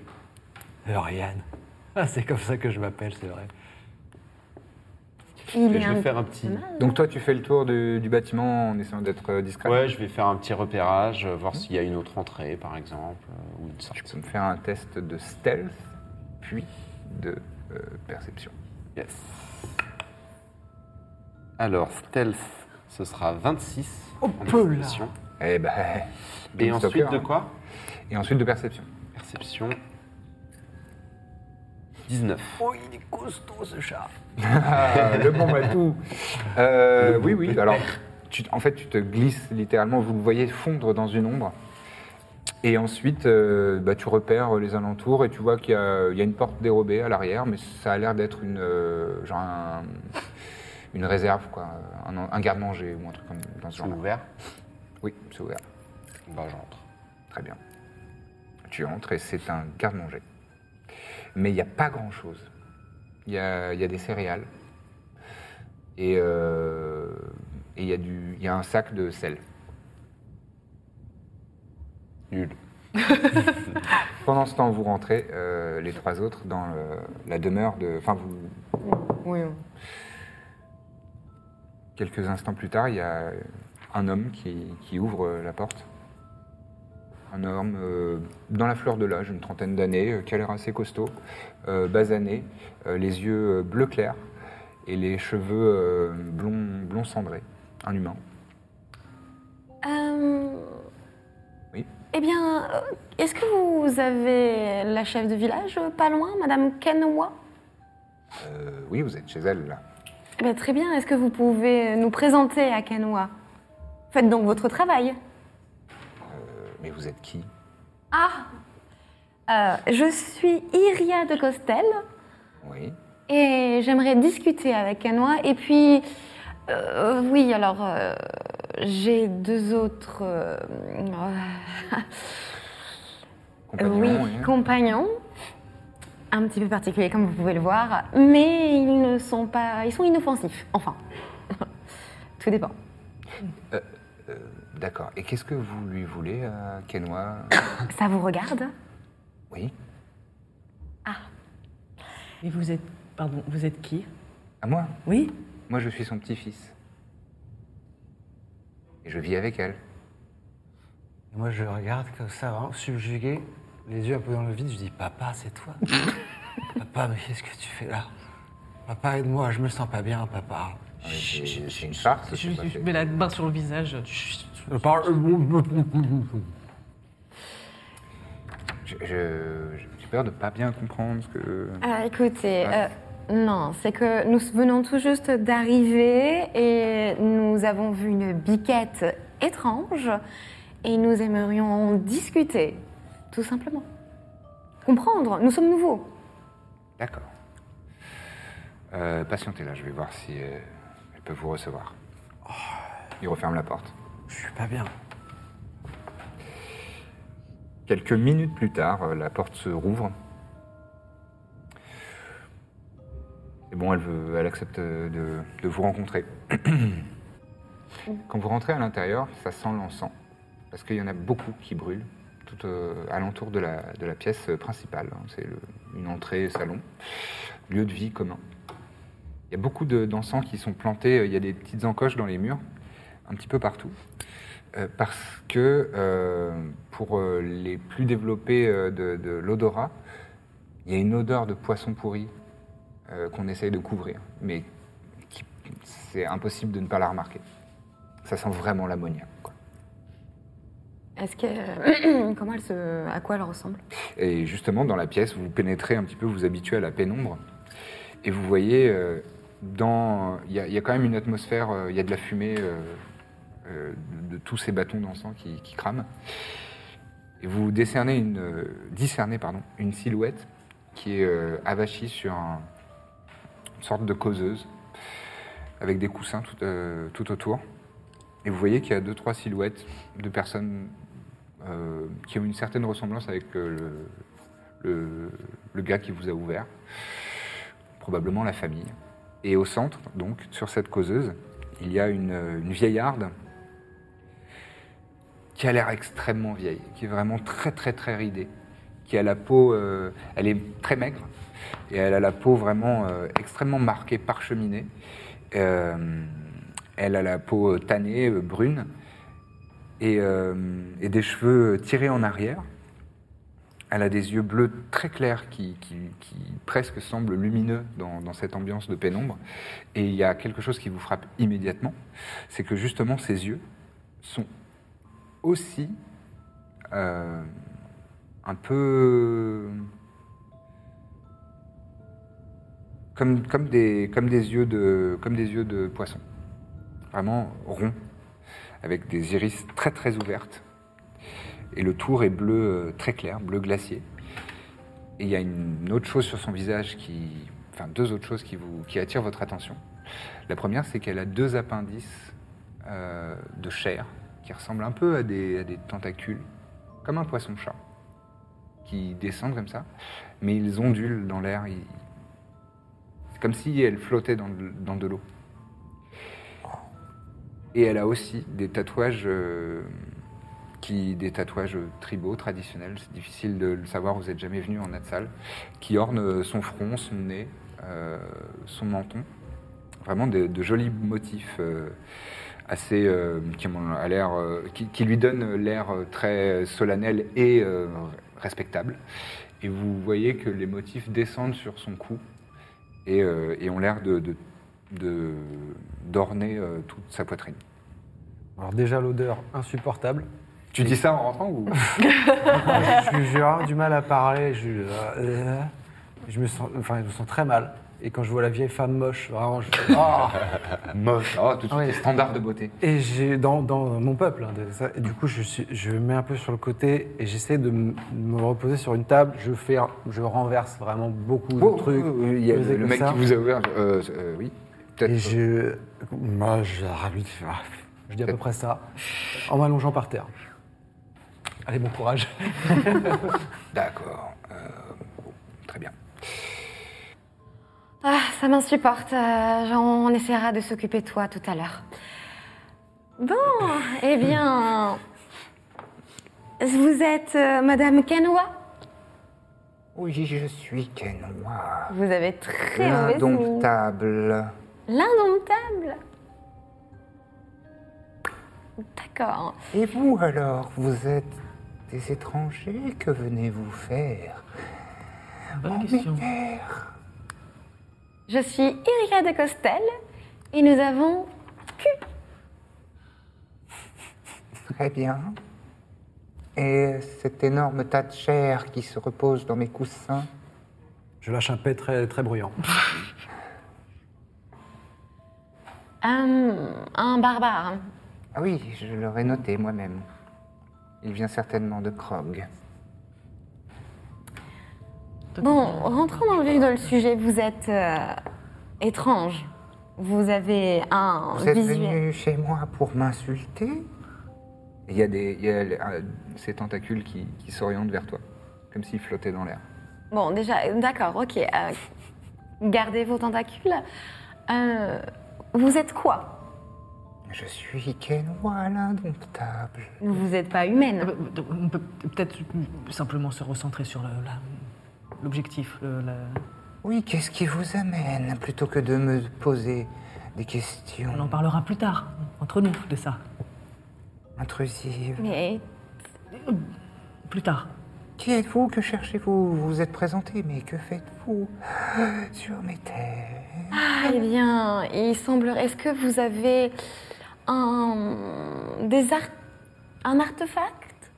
S4: Euriane. Euh, Ah, c'est comme ça que je m'appelle, c'est vrai.
S3: Et
S7: Il est
S3: je
S7: un
S3: vais faire un petit.
S2: Donc toi, tu fais le tour du, du bâtiment en essayant d'être euh, discret.
S3: Ouais, je vais faire un petit repérage, euh, voir s'il y a une autre entrée par exemple, euh, ou une
S2: Tu
S3: sortie.
S2: peux me faire un test de stealth, puis de euh, perception.
S3: Yes. Alors, stealth, ce sera 26.
S4: Oh,
S3: en
S4: peu là.
S3: perception.
S2: Eh ben,
S3: Et
S2: Doom
S3: ensuite
S2: Stalker,
S3: de
S2: hein.
S3: quoi
S2: Et ensuite de perception.
S3: Perception. 19.
S4: Oh, il est costaud ce chat.
S2: Ah, le bon matou. Euh, oui, oui. Alors, tu- en fait, tu te glisses littéralement. Vous le voyez fondre dans une ombre. Et ensuite, euh, bah, tu repères les alentours et tu vois qu'il y, a- il y a une porte dérobée à l'arrière, mais ça a l'air d'être une euh, genre un- une réserve, quoi, un, un garde-manger ou un truc comme, dans ce
S3: C'est
S2: genre.
S3: ouvert
S2: Oui, c'est ouvert.
S3: Bah, j'entre.
S2: Très bien. Tu entres et c'est un garde-manger. Mais il n'y a pas grand-chose. Il y a, il y a des céréales. Et euh, et il y, a du- il y a un sac de sel.
S3: Nul.
S2: Pendant ce temps, vous rentrez, euh, les trois autres, dans le- la demeure de... Enfin, vous,
S8: Oui.
S2: quelques instants plus tard, il y a un homme qui, qui ouvre euh, la porte. Un homme euh, dans la fleur de l'âge, une trentaine d'années, euh, qui a l'air assez costaud, euh, basané, euh, les yeux euh, bleu clair et les cheveux euh, blond, blond cendré. Un humain.
S8: Euh,
S2: Oui.
S8: Eh bien, euh, est-ce que vous avez la chef de village euh, pas loin, Madame Kenwa
S2: Euh, oui, vous êtes chez elle, là.
S8: Eh bien, Très bien, est-ce que vous pouvez euh, nous présenter à Kenwa Faites donc votre travail.
S2: Euh, Mais vous êtes qui
S8: Ah Euh, Je suis Iria de Costel
S2: Oui.
S8: et j'aimerais discuter avec Kenwa. Et puis, euh, oui, alors, euh, j'ai deux autres. euh, Euh, oui,
S2: Compagnon, hein
S8: compagnons. Un petit peu particuliers, comme vous pouvez le voir, mais ils ne sont pas. Ils sont inoffensifs, enfin. Tout dépend.
S2: D'accord. Et qu'est-ce que vous lui voulez, euh, Kenwa
S8: Ça vous regarde
S2: Oui.
S5: Et vous êtes. Pardon, vous êtes qui
S2: À moi
S5: Oui
S2: Moi, je suis son petit-fils. Et je vis avec elle.
S4: Et moi, je le regarde comme ça, vraiment subjugué, les yeux un peu dans le vide. Je dis Papa, c'est toi Papa, mais qu'est-ce que tu fais là Papa, aide-moi, je me sens pas bien, papa.
S2: Ouais, C'est c'est une farce.
S5: je,
S2: c'est pas
S5: je
S2: fait.
S5: mets la main sur le visage.
S4: Je parle.
S2: Je- je- J'ai peur de pas bien comprendre ce que.
S8: Ah, écoutez,
S2: Ah.
S8: euh, non, c'est que nous venons tout juste d'arriver et nous avons vu une biquette étrange et nous aimerions en discuter, tout simplement. Comprendre, nous sommes nouveaux.
S2: D'accord. Euh, patientez là, je vais voir si euh, elle peut vous recevoir. Il referme la porte.
S4: Je suis pas bien.
S2: Quelques minutes plus tard, euh, la porte se rouvre. Et bon, elle, veut, elle accepte euh, de, de vous rencontrer. Quand vous rentrez à l'intérieur, ça sent l'encens. Parce qu'il y en a beaucoup qui brûlent tout euh, alentour de la, de la pièce euh, principale. hein. C'est le- une entrée, salon, lieu de vie commun. Il y a beaucoup de- d'encens qui sont plantés. euh, Il y a des petites encoches dans les murs, un petit peu partout. Euh, parce que euh, pour euh, les plus développés euh, de, de l'odorat, il y a une odeur de poisson pourri euh, qu'on essaye de couvrir, mais qui- c'est impossible de ne pas la remarquer. Ça sent vraiment l'ammoniac. quoi.
S8: Est-ce que comment elle se, à quoi elle ressemble
S2: Et justement, dans la pièce, vous pénétrez un petit peu, vous vous habituez à la pénombre, et vous voyez, euh, dans, il y, a- il y a quand même une atmosphère, euh, il y a de la fumée euh, euh, de, de tous ces bâtons d'encens qui, qui crament. Et vous décernez une, euh, discernez pardon, une silhouette qui est euh, avachie sur un- une sorte de causeuse, avec des coussins tout, euh, tout autour. Et vous voyez qu'il y a deux, trois silhouettes de personnes euh, qui ont une certaine ressemblance avec euh, le, le- le gars qui vous a ouvert, probablement la famille. Et au centre, donc, sur cette causeuse, il y a une, euh, une vieillarde qui a l'air extrêmement vieille, qui est vraiment très très très ridée, qui a la peau, euh, elle est très maigre, et elle a la peau vraiment euh, extrêmement marquée, parcheminée. Euh, elle a la peau tannée, euh, brune, et, euh, et des cheveux tirés en arrière. Elle a des yeux bleus très clairs qui, qui- qui presque semblent lumineux dans, dans cette ambiance de pénombre. Et il y a quelque chose qui vous frappe immédiatement, c'est que justement ses yeux sont aussi euh, un peu comme, comme, des, comme, des yeux de, comme des yeux de poisson, vraiment ronds avec des iris très très ouvertes. Et le tour est bleu euh, très clair, bleu glacier. Et il y a une autre chose sur son visage qui. Enfin, deux autres choses qui, vous, qui attirent votre attention. La première, c'est qu'elle a deux appendices euh, de chair qui ressemblent un peu à des, à des tentacules, comme un poisson-chat, qui descendent comme ça, mais ils ondulent dans l'air. ils- C'est comme si elle flottait dans de- dans de l'eau. Et elle a aussi des tatouages, euh, qui, des tatouages tribaux traditionnels, c'est difficile de le savoir, vous n'êtes jamais venu en Natsal, qui ornent son front, son nez, euh, son menton. Vraiment de, de jolis motifs euh, assez, euh, qui, m'ont- à l'air, euh, qui, qui lui donnent l'air euh, très solennel et euh, respectable. Et vous voyez que les motifs descendent sur son cou et, euh, et ont l'air de- de- de- d'orner euh, toute sa poitrine.
S4: Alors déjà l'odeur insupportable.
S2: Tu dis ça en rentrant ou
S4: je suis- j'ai vraiment du mal à parler. Je, euh, je me sens, enfin, je me sens très mal. Et quand je vois la vieille femme moche, vraiment, je. Ah
S2: Moche. Oh, tout de suite,
S4: Ouais.
S2: les standards de beauté.
S4: Et j'ai dans, dans mon peuple, hein, de ça. Et du coup, je, suis- je me mets un peu sur le côté et j'essaie de m- me reposer sur une table. Je fais, un- je renverse vraiment beaucoup
S2: Oh,
S4: de trucs.
S2: oui, oui, il y a
S4: des
S2: le,
S4: comme
S2: mec
S4: ça.
S2: qui vous a ouvert. euh, euh, oui,
S4: Et
S2: peut-être.
S4: je, moi, je, ah, je dis à peu près ça, en m'allongeant par terre. Allez, bon courage.
S2: D'accord. euh, bon, très bien.
S8: Ah, ça m'insupporte. Euh, on essaiera de s'occuper de toi tout à l'heure. Bon, eh bien, vous êtes euh, Madame Kenoa.
S2: Oui, je suis Kenoa.
S8: Vous avez très mauvaise mine.
S2: L'indomptable.
S8: L'indomptable. D'accord.
S2: Et vous alors, vous êtes des étrangers Que venez-vous faire
S5: Bonne question.
S8: Je suis Iria de Costel et nous avons
S2: Très bien. Et cet énorme tas de chair qui se repose dans mes coussins
S4: Je lâche un pet très, très bruyant.
S8: euh, un barbare.
S2: Ah oui, je l'aurais noté moi-même. Il vient certainement de Krog.
S8: Bon, rentrons dans le vif du sujet. Vous êtes euh, étrange. Vous avez un
S2: Vous êtes
S8: visuel.
S2: venu chez moi pour m'insulter Il y a, des, il y a, euh, ces tentacules qui, qui s'orientent vers toi, comme s'ils flottaient dans l'air.
S8: Bon, déjà, euh, d'accord, ok. euh, gardez vos tentacules. Euh, vous êtes quoi
S2: Je suis Kenwa l'indomptable.
S8: Vous n'êtes pas humaine.
S5: Ah bah, On peut peut-être simplement se recentrer sur le- la- l'objectif. le- la-
S2: Oui, qu'est-ce qui vous amène plutôt que de me poser des questions
S5: On en parlera plus tard, entre nous, de ça.
S2: intrusive.
S7: Mais
S5: Plus tard.
S2: Qui êtes-vous Que cherchez-vous Vous vous êtes présenté, mais que faites-vous sur mes terres
S8: Ah, eh bien, il semblerait. Est-ce que vous avez un des ar- un artefact,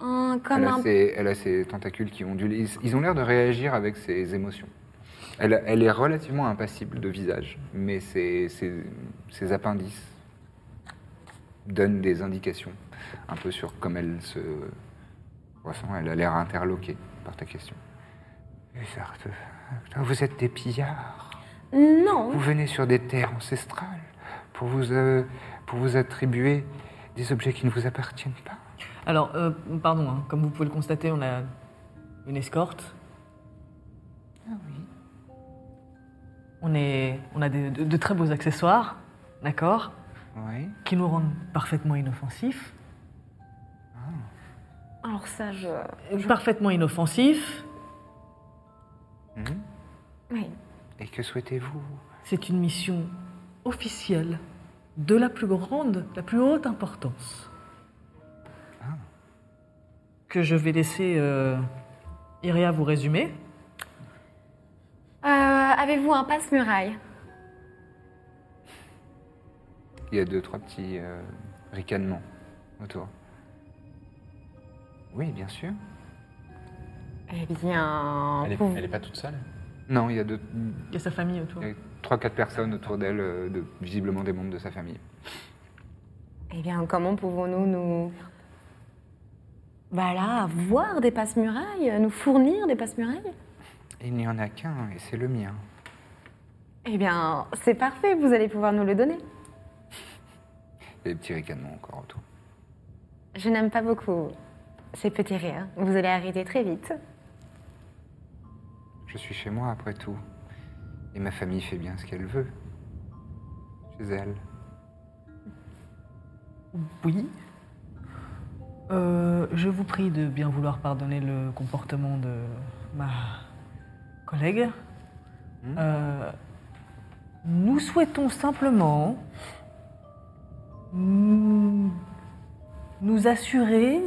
S8: un comme
S2: elle, a
S8: un
S2: ses, elle a ses tentacules qui ondulent. Ils, ils ont l'air de réagir avec ses émotions. Elle, elle est relativement impassible de visage, mais ses, ses- ses appendices donnent des indications un peu sur comment elle se ressent. Elle a l'air interloquée par ta question. Les artefacts. Vous êtes des pillards.
S8: non
S2: Vous venez sur des terres ancestrales pour vous, euh, pour vous attribuer des objets qui ne vous appartiennent pas.
S5: Alors, euh, pardon, hein, comme vous pouvez le constater, on a une escorte. Ah oui. On, est, on a des- de, de très beaux accessoires, d'accord,
S2: Oui.
S5: qui nous rendent parfaitement inoffensifs.
S8: Alors ça, je.
S5: Parfaitement inoffensifs.
S8: Oui.
S2: Et que souhaitez-vous
S5: C'est une mission officielle de la plus grande, la plus haute importance. Que je vais laisser euh, Iria vous résumer.
S8: Euh, Avez-vous un passe muraille
S2: Il y a deux, trois petits euh, ricanements autour. Oui, bien sûr.
S8: Eh bien,
S3: Elle est,
S8: vous-
S3: elle est pas toute seule
S2: Non, il y a, deux,
S5: Il y a sa famille autour.
S2: il y a trois, quatre personnes autour d'elle, euh, de- visiblement des membres de sa famille.
S8: eh bien, comment pouvons-nous nous bah là, avoir des passes murailles, nous fournir des passes murailles
S2: Il n'y en a qu'un, et c'est le mien.
S8: Eh bien, c'est parfait, vous allez pouvoir nous le donner.
S2: Et des petits ricanements encore autour.
S8: Je n'aime pas beaucoup ces petits rires. Vous allez arrêter très vite.
S2: Je suis chez moi, après tout. Et ma famille fait bien ce qu'elle veut. Chez elle.
S5: Oui. Euh, je vous prie de bien vouloir pardonner le comportement de ma collègue. Euh, nous souhaitons simplement nous nous assurer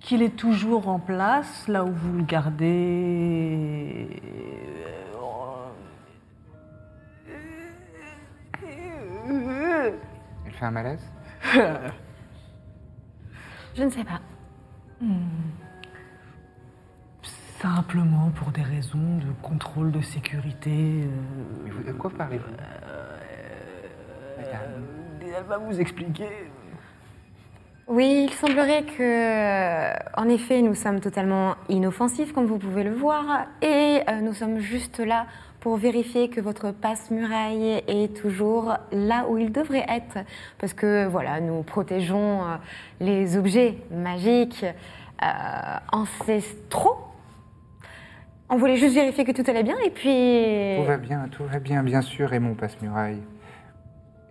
S5: qu'il est toujours en place là où vous le gardez. euh,
S2: Elle fait un malaise
S8: Je ne sais pas.
S5: Simplement pour des raisons de contrôle de sécurité. euh,
S2: Mais vous, de quoi parlez-vous Madame,
S5: Et elle va vous expliquer.
S8: Oui, il semblerait que, en effet, nous sommes totalement inoffensifs, comme vous pouvez le voir, et euh, nous sommes juste là pour vérifier que votre passe-muraille est toujours là où il devrait être, parce que voilà, nous protégeons euh, les objets magiques euh, ancestraux. On voulait juste vérifier que tout allait bien, et puis.
S2: Tout va bien, tout va bien, bien sûr, et mon passe-muraille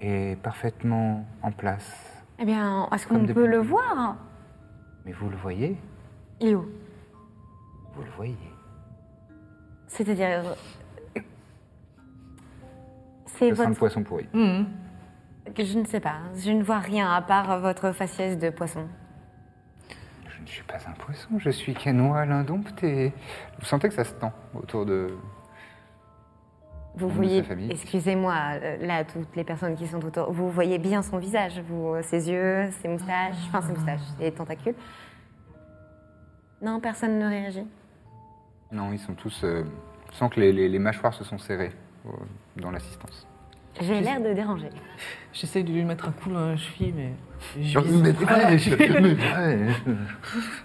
S2: est parfaitement en place.
S8: Eh bien, est-ce
S2: Comme
S8: qu'on
S2: depuis
S8: peut le
S2: le début.
S8: voir
S2: Mais vous le voyez
S8: Il est où
S2: Vous le voyez.
S8: C'est-à-dire. euh, C'est
S2: Ça sent le
S8: votre.
S2: poisson pourri.
S8: Je ne sais pas. Je ne vois rien à part votre faciès de poisson.
S2: Je ne suis pas un poisson, je suis canois l'indompté. Vous sentez que ça se tend autour de...
S8: Vous
S2: Membre de
S8: voyez.
S2: sa famille.
S8: Excusez-moi, euh, là, toutes les personnes qui sont autour. Vous voyez bien son visage, vous, euh, ses yeux, ses moustaches. Enfin, ses moustaches, ses tentacules. Non, personne ne réagit.
S2: Non, ils sont tous... euh, on sent que les, les- les mâchoires se sont serrées euh, dans l'assistance.
S8: J'ai l'air de déranger.
S5: J'essaye de lui mettre un coup dans la cheville, mais. je vise.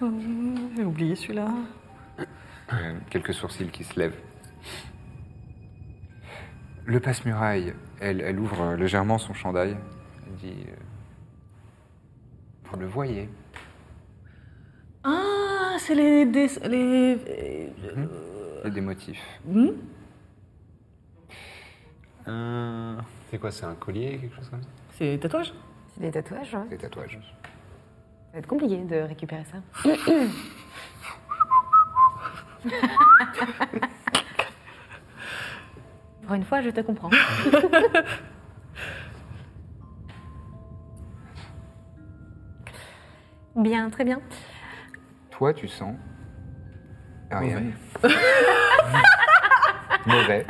S2: Euh,
S5: J'ai oublié celui-là.
S2: Euh, Quelques sourcils qui se lèvent. Le passe-muraille, elle, elle ouvre euh, légèrement son chandail. Elle dit... euh, vous le voyez
S5: Ah, c'est les. dess- les...
S2: Il y a des motifs.
S3: C'est quoi C'est un collier quelque chose comme ça
S5: C'est tatouage
S8: C'est des tatouages, hein.
S2: Des tatouages.
S8: ça va être compliqué de récupérer ça. Pour une fois, je te comprends. Bien, très bien.
S2: Toi, tu sens. Rien. Mauvais.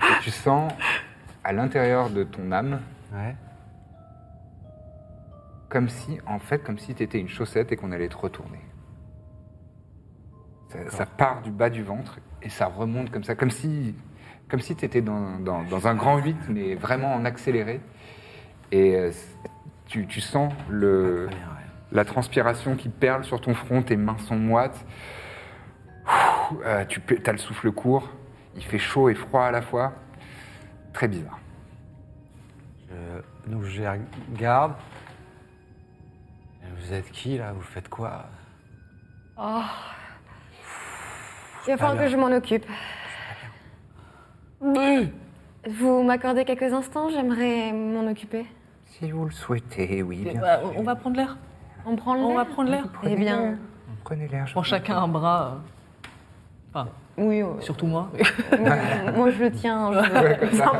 S2: Et tu sens à l'intérieur de ton âme
S4: Ouais.
S2: comme si, en fait, comme si t'étais une chaussette et qu'on allait te retourner. Ça, ça part du bas du ventre et ça remonte comme ça, comme si, comme si t'étais dans, dans, dans un grand 8, mais vraiment en accéléré. Et euh, c- tu, tu sens le, la transpiration qui perle sur ton front, tes mains sont moites. Ouh, euh, tu as le souffle court, il fait chaud et froid à la fois. Très bizarre.
S4: Euh, donc je les regarde. Vous êtes qui là Vous faites quoi
S8: Il va falloir
S4: bien.
S8: que je m'en occupe. Vous m'accordez quelques instants, j'aimerais m'en occuper.
S2: Si vous le souhaitez, oui, bien
S5: Bah, on va prendre l'air.
S8: On prend le
S5: On va
S8: lait
S5: prendre l'air.
S8: Eh bien,
S2: Prenez l'air. je
S5: Prends
S2: vous
S5: chacun un bras. euh, Enfin,
S8: oui, euh,
S5: surtout moi.
S8: moi, moi, je le tiens. je-
S2: en prie. Ouais, comme ça.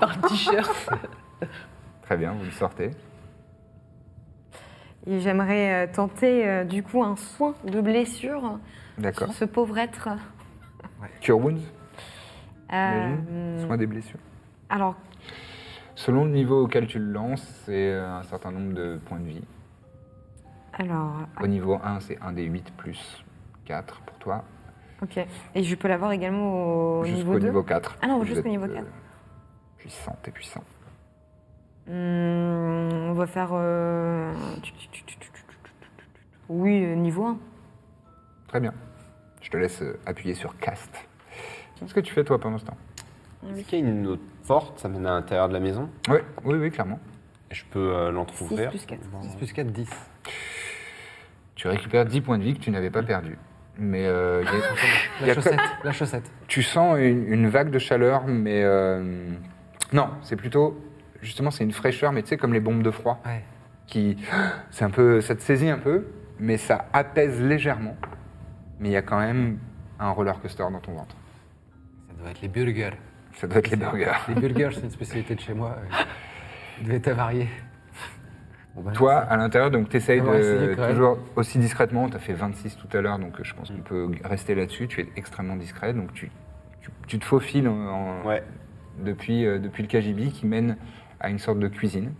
S5: Par le t-shirt.
S2: Très bien, vous le sortez.
S8: Et j'aimerais euh, tenter euh, du coup un soin de blessure
S2: D'accord.
S8: sur ce pauvre être.
S2: Cure wounds,
S8: Euh,
S2: j'imagine soin des blessures.
S8: alors,
S2: Selon le niveau auquel tu le lances, c'est euh, un certain nombre de points de vie.
S8: alors,
S2: Au niveau 1, c'est 1 des 8 plus 4 pour toi.
S8: ok. Et je peux l'avoir également au
S2: Jusqu'au
S8: niveau 2
S2: niveau 4.
S8: Ah non,
S2: Vous
S8: jusqu'au
S2: êtes,
S8: niveau
S2: euh,
S8: 4.
S2: Puissant, t'es puissant.
S8: Hmm, on va faire. euh, tu- tu- tu- tu- tu- tu- tu- tu- tu- tu- tu- Oui, euh, niveau 1.
S2: Très bien. Je te laisse euh, appuyer sur cast. Qu'est-ce que tu fais toi pendant ce temps
S3: Est-ce qu'il y a une autre porte Ça mène à l'intérieur de la maison
S2: oui, oui, oui, clairement.
S3: Je peux euh,
S8: 6
S3: l'entrouvrir
S8: plus 4.
S4: 6 plus 4, 10.
S2: Tu récupères 10 points de vie que tu n'avais
S8: Mm.
S2: pas perdus. Mais euh, il y a- il y
S4: La
S2: a
S4: chaussette, la chaussette.
S2: tu sens une, une vague de chaleur, mais euh, non, c'est plutôt justement c'est une fraîcheur, mais tu sais comme les bombes de froid
S4: Ouais.
S2: qui c'est un peu ça te saisit un peu, mais ça apaise légèrement. Mais il y a quand même un roller coaster dans ton ventre.
S4: Ça doit être les burgers.
S2: Ça doit être les burgers.
S4: Les burgers, c'est une spécialité de chez moi. euh, Ils devaient être avariés. Bon, bah,
S2: Toi, à l'intérieur, donc tu essayes
S4: On va essayer quand
S2: de,
S4: même. Mm.
S2: toujours aussi discrètement, tu as fait 26 tout à l'heure, donc euh, je pense qu'on peut rester là-dessus, tu es extrêmement discret, donc tu, tu, tu te faufiles en- en-
S3: Ouais.
S2: depuis, euh, depuis le Kajibi qui mène à une sorte de cuisine,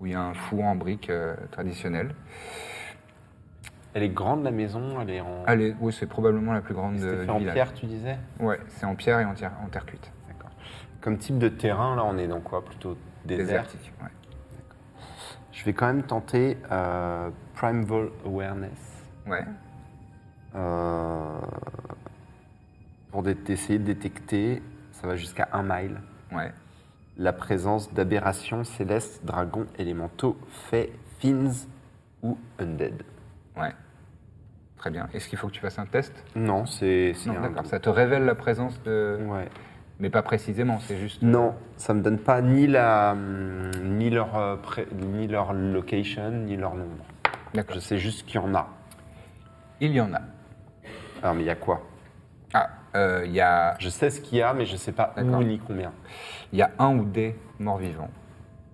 S2: où il y a un four en briques euh, traditionnel.
S3: Elle est grande la maison, elle est en.
S2: Allez, oui, c'est probablement la plus grande
S3: C'était
S2: euh,
S3: fait
S2: du
S3: en
S2: village.
S3: pierre, tu disais
S2: Ouais, c'est en pierre et en, terre- en terre cuite.
S3: D'accord. Comme type de terrain, là, on est dans quoi Plutôt désert.
S2: Désertique, ouais.
S3: Je vais quand même tenter euh, Primeval Awareness
S2: Ouais,
S3: euh, pour dé- essayer de détecter, ça va jusqu'à un mile,
S2: ouais.
S3: la présence d'aberrations célestes, dragons, élémentaux, fées, fins ou undead.
S2: ouais. Très bien. Est-ce qu'il faut que tu fasses un test
S3: Non, c'est. c'est
S2: Non,
S3: un- Mm.
S2: d'accord. Ça te révèle la présence de...
S3: Ouais.
S2: Mais pas précisément, c'est juste...
S3: Non, ça me donne pas ni la hum, ni leur euh, pré- ni leur location ni leur nombre.
S2: D'accord.
S3: Je sais juste qu'il y en a.
S2: Il y en a.
S3: Alors mais il y a quoi
S2: Ah, euh, il y, a,
S3: Je sais ce qu'il y a, mais je sais pas
S2: D'accord.
S3: où ni combien.
S2: il y a un ou des morts-vivants.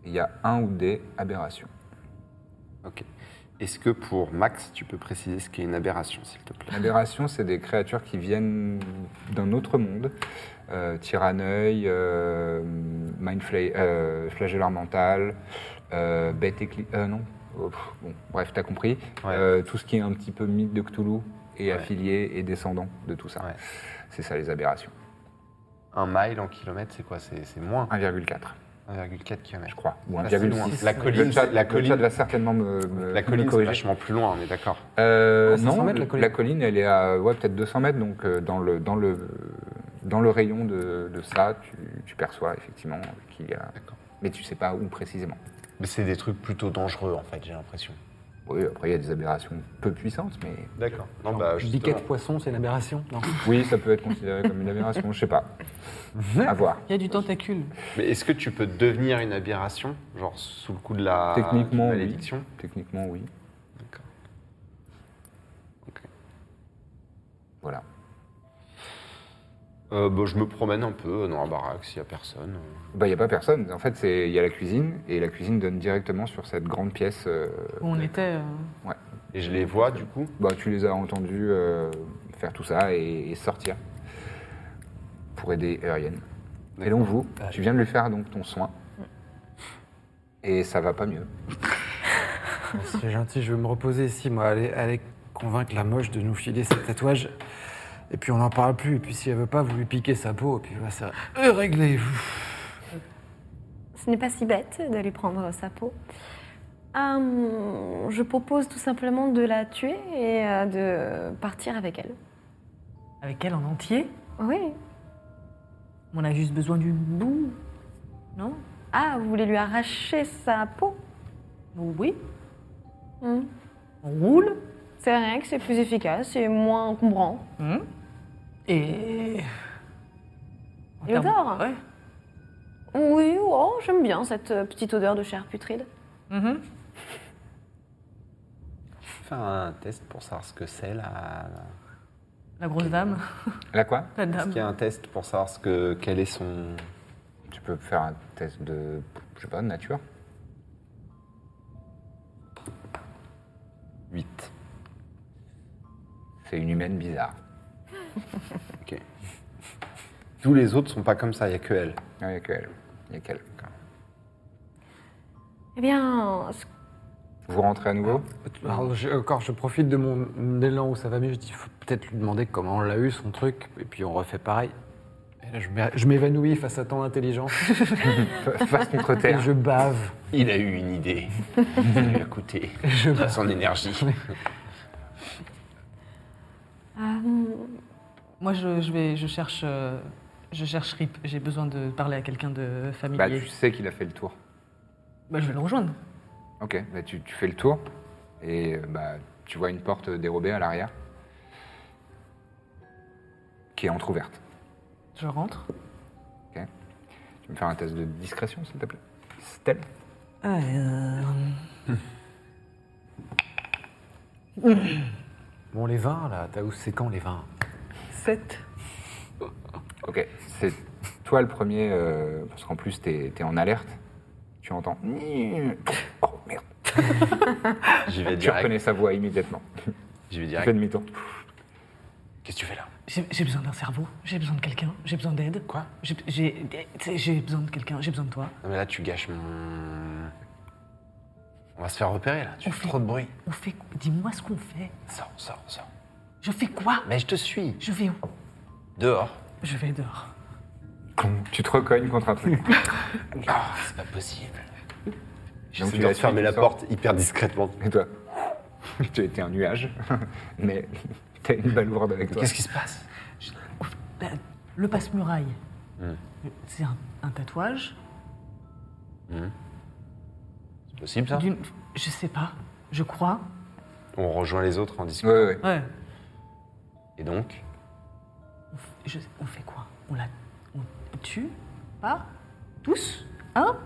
S2: Il y a un ou des aberrations.
S3: Ok. Est-ce que pour Max, tu peux préciser ce qu'est une aberration, s'il te plaît
S2: Aberrations, c'est des créatures qui viennent d'un autre monde. Euh, Tyranneuil, euh, mindfla- euh, flageolar mental, euh, bête écli- euh, non. Oh, pff, bon, bref, t'as compris.
S3: Ouais.
S2: Euh, tout ce qui est un petit peu mythe de Cthulhu et
S3: Ouais.
S2: affilié et descendant de tout ça.
S3: Ouais.
S2: C'est ça les aberrations.
S3: Un mile en kilomètres, c'est quoi C'est c'est moins
S2: 1,4,
S3: 1,4
S2: je
S3: km.
S2: crois. Ou
S3: Ah,
S2: 1,6.
S3: c'est- La colline,
S2: Le chat-
S3: la
S2: le
S3: colline-
S2: chat va certainement me, me-
S3: La
S2: me
S3: colline, c'est
S2: corriger.
S3: vachement plus loin, on est d'accord.
S2: Euh,
S4: À 500
S2: non,
S4: mètres,
S2: la
S4: la
S2: colline.
S4: colline.
S2: elle est à ouais, peut-être 200 mètres, donc euh, dans, le, dans, le, dans le rayon de, de ça, tu, tu perçois effectivement qu'il y a.
S3: D'accord.
S2: Mais tu sais pas où précisément.
S3: Mais c'est des trucs plutôt dangereux, en fait, j'ai l'impression.
S2: Oui, après il y a des aberrations peu puissantes, mais.
S3: D'accord. Non, bah, justement.
S4: Biquette poisson, c'est une aberration Non.
S2: Oui, ça peut être considéré comme une aberration, je sais pas. À voir.
S5: Il y a du tentacule.
S3: Mais est-ce que tu peux devenir une aberration Genre sous le coup de la
S2: Techniquement,
S3: de la
S2: oui.
S3: malédiction
S2: Techniquement, oui.
S3: D'accord. Ok.
S2: Voilà.
S3: Euh, bah, je me promène un peu dans la baraque s'il n'y a personne. euh,
S2: Bah, il n'y a pas personne. En fait, c'est- il y a la cuisine, et la cuisine donne directement sur cette grande pièce. euh,
S5: Où on était. euh,
S2: Ouais.
S3: Et Et je les vois, du coup.
S2: Bah, tu les as entendus euh, faire tout ça et, et sortir pour aider Ariane. Et donc vous, tu viens de lui faire donc ton soin. Et ça va pas mieux.
S4: C'est gentil, je vais me reposer ici, moi. Allez, allez convaincre la moche de nous filer ses tatouages. Et puis on n'en parle plus. Et puis si elle veut pas, vous lui piquez sa peau. Et puis voilà, ça est réglé.
S8: Ce n'est pas si bête de lui prendre sa peau. Hum, je propose tout simplement de la tuer et euh, de partir avec elle.
S5: Avec elle en entier
S8: Oui.
S5: On a juste besoin d'une boue. Non
S8: Ah, vous voulez lui arracher sa peau
S5: Oui.
S8: Hum.
S5: On roule.
S8: C'est rien que c'est plus efficace et moins encombrant.
S5: Hum. Et. En
S8: Et odeur.
S5: Ouais.
S8: Oui, oh, j'aime bien cette euh, petite odeur de chair putride.
S5: Mhm.
S3: Faire un test pour savoir ce que c'est là.
S5: La grosse dame.
S2: Là quoi
S5: La
S3: Est-ce
S5: dame.
S3: qu'il y a un test pour savoir ce que, quel est son.
S2: Tu peux faire un test de, je sais pas, de nature.
S3: 8.
S2: C'est une humaine bizarre.
S3: Ok. Tous les autres sont pas comme ça, il n'y a que elle.
S2: Il n'y a qu'elle. Il y a qu'elle.
S8: Eh bien, ce-
S2: Vous rentrez à nouveau
S4: Alors, je- encore, je profite de mon élan où ça va mieux. Je dis, faut peut-être lui demander comment on l'a eu, son truc. Et puis on refait pareil. Et là, je m'é- je m'évanouis face à tant d'intelligence.
S2: Face contre
S4: et
S2: terre.
S4: je bave.
S3: Il a eu une idée. Ça lui a coûté son énergie.
S5: Moi, je, je vais, je cherche, euh, je cherche Rip. J'ai besoin de parler à quelqu'un de familier.
S2: Bah, tu sais qu'il a fait le tour.
S5: Bah, je vais le rejoindre.
S2: Ok, bah, tu, tu fais le tour et euh, bah, tu vois une porte dérobée à l'arrière qui est entr'ouverte.
S5: Je rentre.
S2: Ok. Tu peux me faire un test de discrétion, s'il te plaît Stella
S4: Bon, les vins, là, t'as où c'est quand les vins
S5: 7.
S2: Ok, c'est toi le premier, euh, parce qu'en plus t'es es en alerte. Tu entends. Oh merde.
S3: J'y vais
S2: Tu
S3: direct.
S2: reconnais sa voix immédiatement.
S3: J'y vais
S2: Tu fais
S3: direct.
S2: demi-tour.
S3: Qu'est-ce que tu fais là
S5: J'ai j'ai besoin d'un cerveau. J'ai besoin de quelqu'un. J'ai besoin d'aide.
S3: Quoi
S5: J'ai- J'ai j'ai besoin de quelqu'un. J'ai besoin de toi.
S3: Non mais là tu gâches mon. On va se faire repérer là. Tu
S5: On
S3: fais
S5: fait-
S3: trop de bruit.
S5: On fait. Dis-moi ce qu'on fait.
S3: Sors, sors, sors.
S5: Je fais quoi
S3: Mais je te suis.
S5: Je vais où
S3: Dehors.
S5: Je vais dehors.
S2: Tu te recognes contre un truc.
S3: Ah, c'est pas possible.
S2: Donc,
S3: J'essaie
S2: tu
S3: de
S2: la suis,
S3: fermer
S2: tu
S3: la
S2: sors.
S3: porte hyper discrètement.
S2: Et toi Tu étais un nuage, mais t'as une balourde avec toi.
S3: Qu'est-ce qui se passe
S5: Ouf, la- Bah, Le passe-muraille.
S2: Hmm.
S5: C'est un, un tatouage.
S3: C'est possible ça
S5: d'une- Je sais pas. Je crois.
S3: On rejoint les autres en discutant.
S2: Ouais, ouais, ouais.
S5: Ouais.
S3: Et donc
S5: On, f- je- on fait quoi On la on tue Pas Tous Hein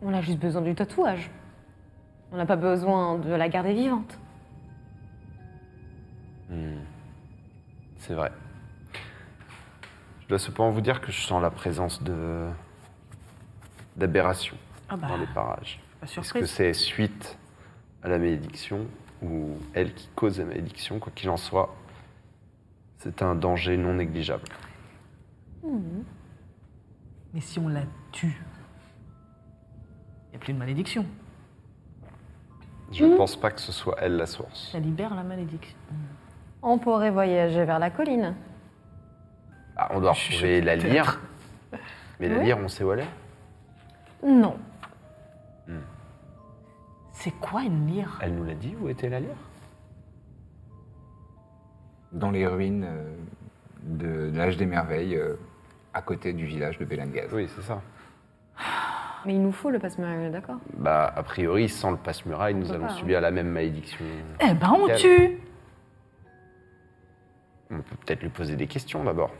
S8: on a juste besoin du tatouage. On n'a pas besoin de la garder vivante.
S3: C'est vrai. Je dois cependant vous dire que je sens la présence de. d'aberrations
S5: Ah bah,
S3: dans les parages.
S5: pas
S3: Est-ce que
S5: surprise.
S3: c'est suite à la malédiction ou elle qui cause la malédiction, quoi qu'il en soit C'est un danger non négligeable.
S5: Mais si on la tue, il n'y a plus de malédiction.
S3: Je
S8: Hmm.
S3: ne pense pas que ce soit elle la source.
S5: Ça libère la malédiction.
S8: On pourrait voyager vers la colline.
S3: Ah, on doit retrouver la lyre. Mais la
S8: Oui.
S3: lyre, on sait où elle est
S8: Non.
S5: C'est quoi une lyre
S3: Elle nous l'a dit où était la lyre
S2: Dans les ruines euh, de, de l'âge des merveilles, euh, à côté du village de Belangaz.
S3: Oui, c'est ça.
S8: Mais il nous faut le passe-muraille, d'accord
S3: Bah, a priori, sans le passe-muraille, nous
S8: peut
S3: allons
S8: pas, hein.
S3: subir la même malédiction.
S5: Eh ben, on
S3: Quelle-
S5: tue
S3: On peut peut-être lui poser des questions d'abord.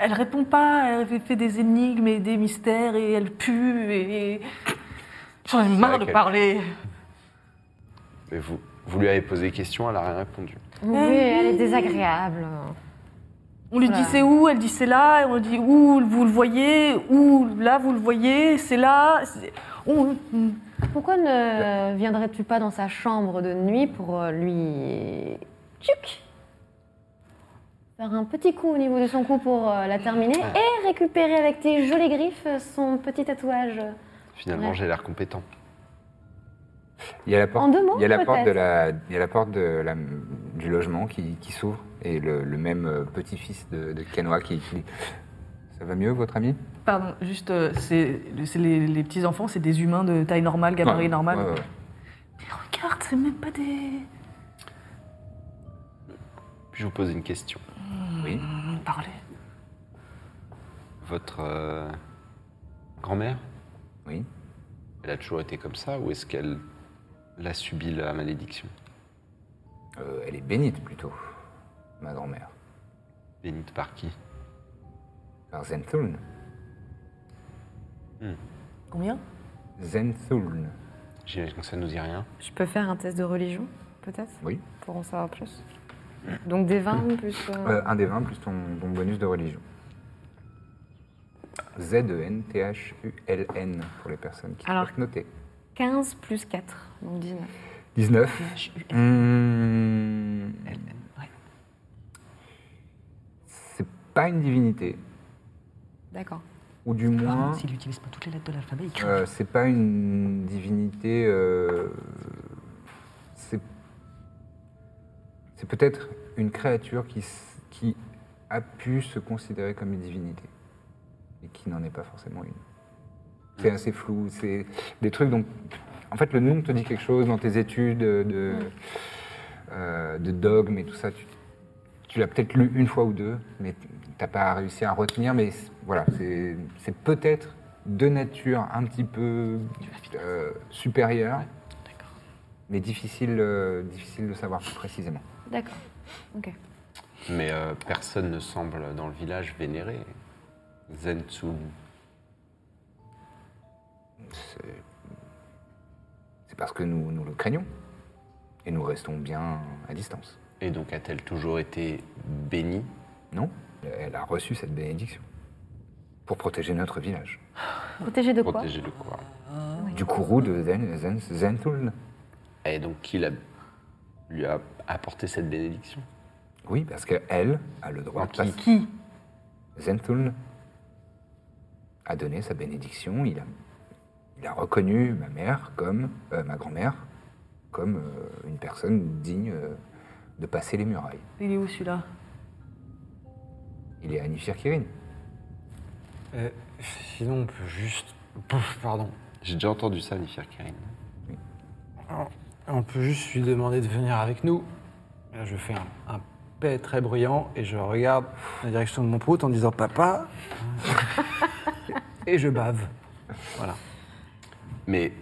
S5: Elle répond pas, elle fait- fait des énigmes et des mystères et elle pue et. J'en ai marre
S3: vrai
S5: de
S3: qu'elle-
S5: parler.
S3: Mais vous, vous lui avez posé des questions, elle n'a rien répondu.
S8: Eh Oui, elle est désagréable.
S5: On lui dit c'est où, elle dit c'est là, et on lui dit où vous le voyez, où là vous le voyez, c'est là. c'est- On,
S8: Pourquoi ne viendrais-tu pas dans sa chambre de nuit pour euh, lui. Tchouc Faire un petit coup au niveau de son cou pour euh, la terminer
S2: Ah.
S8: et récupérer avec tes jolies griffes son petit tatouage.
S3: Finalement,
S8: Ouais.
S3: j'ai l'air compétent.
S2: Il y a la porte,
S8: En deux mots,
S2: il y a la porte, de
S8: peut-être.
S2: la, il y a la porte de la- du logement qui, qui s'ouvre et le, le même euh, petit-fils de, de Kanoa qui, qui dit Ça va mieux, votre ami
S5: Pardon, juste, euh, c'est c'est les, les petits-enfants, c'est des humains de taille normale, gabarit
S2: Ouais,
S5: normal.
S2: ouais, ouais.
S5: Mais regarde, c'est même pas des.
S3: Puis je vous pose une question.
S2: Oui.
S5: Hum, Parler.
S3: Votre euh, grand-mère,
S2: Oui.
S3: elle a toujours été comme ça ou est-ce qu'elle a subi la malédiction
S2: Euh, elle est bénite plutôt, ma grand-mère.
S3: Bénite par qui
S2: Par Zenthuln.
S5: Combien
S2: Zenthuln.
S3: J'imagine que ça nous dit rien.
S6: Je peux faire un test de religion, peut-être
S2: Oui.
S6: Pour en savoir plus. Donc des 20 plus. euh,
S2: Euh, un des 20 plus ton, ton bonus de religion. E Z-E-N-T-H-U-L-N pour les personnes qui
S6: Alors-
S2: peuvent noter.
S6: 15 plus 4, donc 19.
S2: 19. Hmm. C'est pas une divinité.
S6: D'accord.
S2: Ou du moins,
S5: Ah, S'il n'utilise pas toutes les lettres de l'alphabet, il crie.
S2: euh, c'est pas une divinité. euh, c'est c'est peut-être une créature qui, s- qui a pu se considérer comme une divinité. Et qui n'en est pas forcément une. C'est assez flou. C'est des trucs dont. En fait, le nom te dit quelque chose dans tes études euh, de, euh, de dogme et tout ça. Tu, tu l'as peut-être lu une fois ou deux, mais t'as pas réussi à retenir. Mais c- voilà, c'est- c'est peut-être de nature un petit peu euh, supérieure, mais difficile, euh, difficile de savoir plus précisément.
S8: D'accord.
S3: Mais euh, personne ne semble dans le village vénérer Zentsu.
S2: C'est- C'est parce que nous, nous le craignons et nous restons bien à distance.
S3: Et donc a-t-elle toujours été bénie
S2: Non Elle a reçu cette bénédiction pour protéger notre village.
S8: Protégé de quoi
S3: Protégée de quoi
S2: Du courroux de Zen, Zen, Zenthuln.
S3: Et donc qui l'a- lui a apporté cette bénédiction
S2: Oui, parce qu'elle a le droit
S3: Alors,
S2: de
S3: qui-
S2: passer. Qui Zenthuln a donné sa bénédiction. Il a, il a reconnu ma mère comme euh, ma grand-mère comme euh, une personne digne euh, de passer les murailles.
S5: Il est où celui-là
S2: Il est à Nifirkirin.
S4: Euh, sinon, on peut juste. Pouf, pardon.
S3: J'ai déjà entendu ça, Nifir Karin.
S4: On peut juste lui demander de venir avec nous. Et là, je fais un, un paix très bruyant et je regarde la direction de mon prout en disant Papa Et je bave. Voilà.
S3: Mais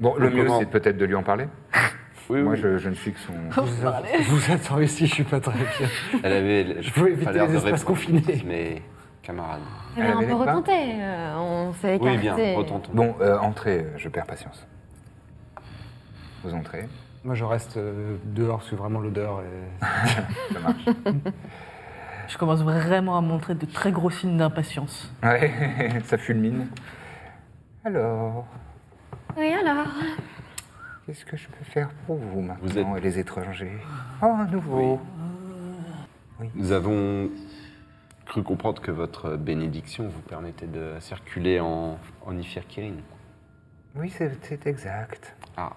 S2: Bon, le mieux,
S3: Comment
S2: c'est peut-être de lui en parler.
S3: oui,
S2: Moi,
S3: oui,
S2: je, je ne suis que son.
S4: Vous êtes, vous êtes sorry si je suis pas très bien.
S3: elle avait
S4: Je veux éviter
S3: pas l'air
S4: les
S3: de
S4: espaces
S3: répondre,
S4: confinés.
S3: Mais camarade.
S8: Eh
S2: Elle
S8: bien,
S2: avait
S8: on peut
S2: l'air pas.
S8: retenter. euh, on s'est écarté.
S3: Oui, bien, retentons.
S2: Bon, euh, entrez, euh, je perds patience. Vous entrez,
S4: Moi, je reste euh, dehors parce que vraiment l'odeur est.
S2: ça marche.
S5: Je commence vraiment à montrer de très gros signes d'impatience.
S2: ouais, ça fulmine. Alors,
S8: Oui, alors
S2: qu'est-ce que je peux faire pour vous maintenant
S3: Vous êtes-
S2: et les étrangers Oh, un nouveau
S3: Nous avons cru comprendre que votre bénédiction vous permettait de circuler en, en Ifirkirin.
S2: Oui, c'est c'est exact.
S3: Ah.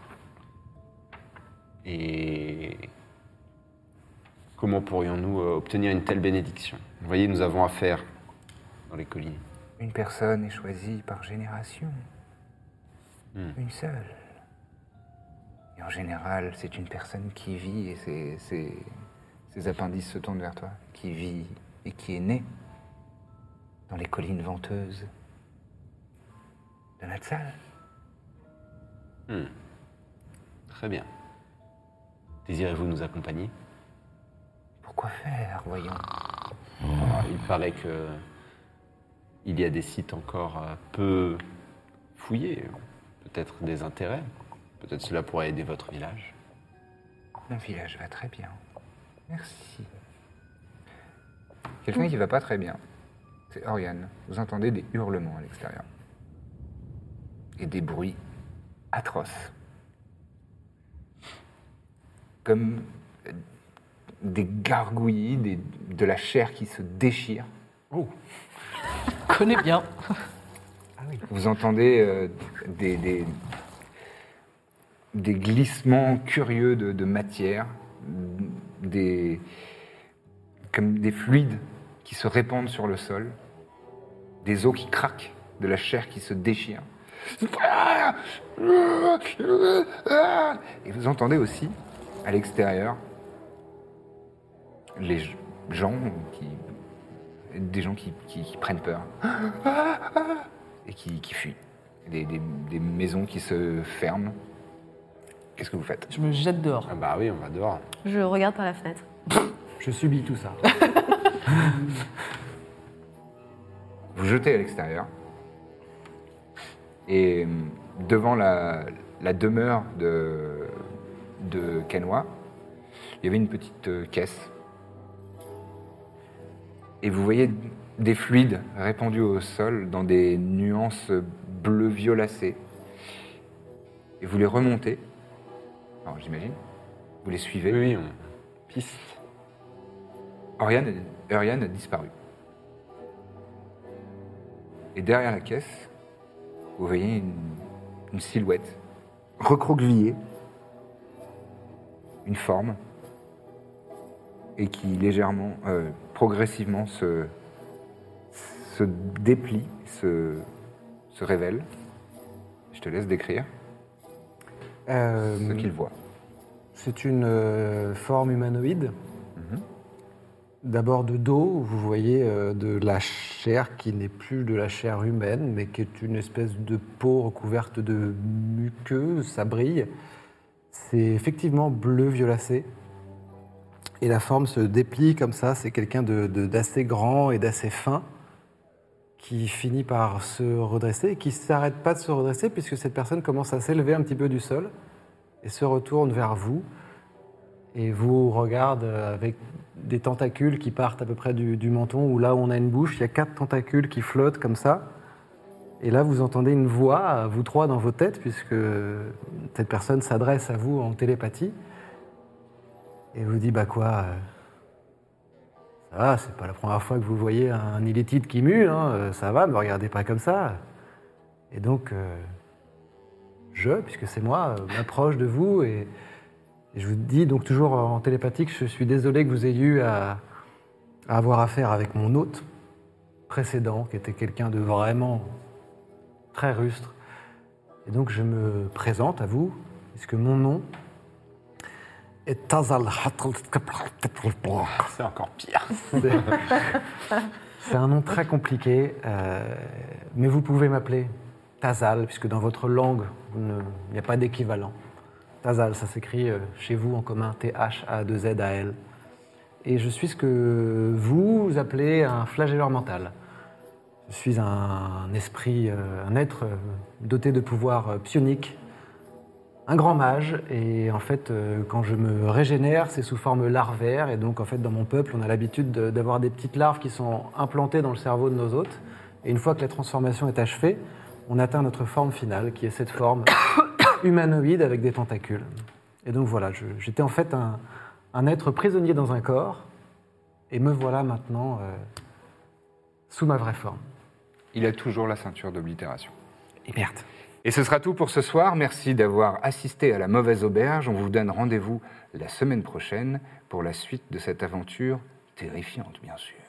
S3: Et comment pourrions-nous euh, obtenir une telle bénédiction Vous voyez, nous avons affaire dans les collines.
S2: Une personne est choisie par génération.
S3: Hmm.
S2: Une seule. Et en général, c'est une personne qui vit et ses, ses- ses appendices se tournent vers toi. Qui vit et qui est née dans les collines venteuses de Natsal.
S3: Hmm. Très bien. Désirez-vous nous accompagner
S2: Pourquoi faire, voyons
S3: Ah, Il paraît que il y a des sites encore euh, peu fouillés, peut-être des intérêts, peut-être cela pourrait aider votre village.
S2: Mon village va très bien. Merci. Quelqu'un qui va pas très bien, c'est Oriane. Vous entendez des hurlements à l'extérieur. Et des bruits atroces. Comme euh, des gargouillis, des- de la chair qui se déchire.
S5: Oh. Connais bien.
S2: Vous entendez euh, des, des- des glissements curieux de, de matière, des, comme des fluides qui se répandent sur le sol, des os qui craquent, de la chair qui se déchire. Et vous entendez aussi, à l'extérieur, les gens qui... des gens qui- qui- qui prennent peur et qui, qui fuit. Des, des- des maisons qui se ferment. Qu'est-ce que vous faites
S5: Je me jette dehors.
S3: Ah bah oui, on va dehors.
S8: Je regarde par la fenêtre.
S4: Je subis tout ça.
S2: Vous jetez à l'extérieur. Et euh, devant la, la demeure de, de Canois, il y avait une petite euh, caisse. Et vous voyez des fluides répandus au sol dans des nuances bleu violacées. Et vous les remontez. Alors j'imagine. Vous les suivez.
S3: Oui, oui, on piste.
S2: Oriane, Oriane a disparu. Et derrière la caisse, vous voyez une, une silhouette recroquevillée, une forme, et qui légèrement, euh, progressivement se, se déplie, se, se révèle. Je te laisse décrire
S4: Euh,
S2: ce qu'il voit.
S4: C'est une euh, forme humanoïde. D'abord de dos, vous voyez euh, de la chair qui n'est plus de la chair humaine, mais qui est une espèce de peau recouverte de muqueuse, ça brille. C'est effectivement bleu violacé. Et la forme se déplie comme ça, c'est quelqu'un de- de- d'assez grand et d'assez fin qui finit par se redresser et qui ne s'arrête pas de se redresser puisque cette personne commence à s'élever un petit peu du sol et se retourne vers vous et vous regarde euh, avec des tentacules qui partent à peu près du, du menton ou là où on a une bouche, il y a quatre tentacules qui flottent comme ça. Et là, vous entendez une voix, euh, vous trois, dans vos têtes, puisque cette personne s'adresse à vous en télépathie. Et vous dit, bah quoi euh, Ça va, c'est pas la première fois que vous voyez un illitide qui mue, hein, euh, ça va, me regardez pas comme ça. Et donc, euh, je, puisque c'est moi, euh, m'approche de vous et, et je vous dis, donc toujours en télépathique, je suis désolé que vous ayez eu à, à avoir affaire avec mon hôte précédent, qui était quelqu'un de vraiment très rustre. Et donc je me présente à vous, puisque mon nom est Tazal
S3: C'est encore pire.
S4: c'est c'est un nom très compliqué, euh, mais vous pouvez m'appeler Tazal, puisque dans votre langue, vous ne- il n'y a pas d'équivalent. Tazal, ça s'écrit euh, chez vous en commun T-H-A-2-Z-A-L. Et je suis ce que vous appelez un flagelleur mental. Je suis un esprit, euh, un être euh, doté de pouvoirs euh, psioniques, un grand mage et en fait euh, quand je me régénère c'est sous forme larvaire et donc en fait dans mon peuple on a l'habitude de- d'avoir des petites larves qui sont implantées dans le cerveau de nos hôtes et une fois que la transformation est achevée on atteint notre forme finale qui est cette forme humanoïde avec des tentacules et donc voilà je- j'étais en fait un, un être prisonnier dans un corps et me voilà maintenant euh, sous ma vraie forme
S2: Il a toujours la ceinture d'oblitération.
S4: et merde
S2: Et ce sera tout pour ce soir. Merci d'avoir assisté à la mauvaise auberge. On vous donne rendez-vous la semaine prochaine pour la suite de cette aventure terrifiante, bien sûr.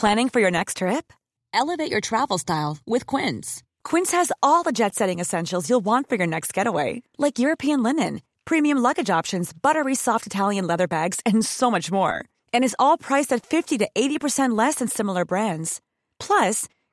S9: Planning for your next trip? Elevate your travel style with Quince. Quince has all the jet setting essentials you'll want for your next getaway, like European linen, premium luggage options, buttery soft Italian leather bags, and so much more. And is all priced at 50 to 80% less than similar brands. Plus,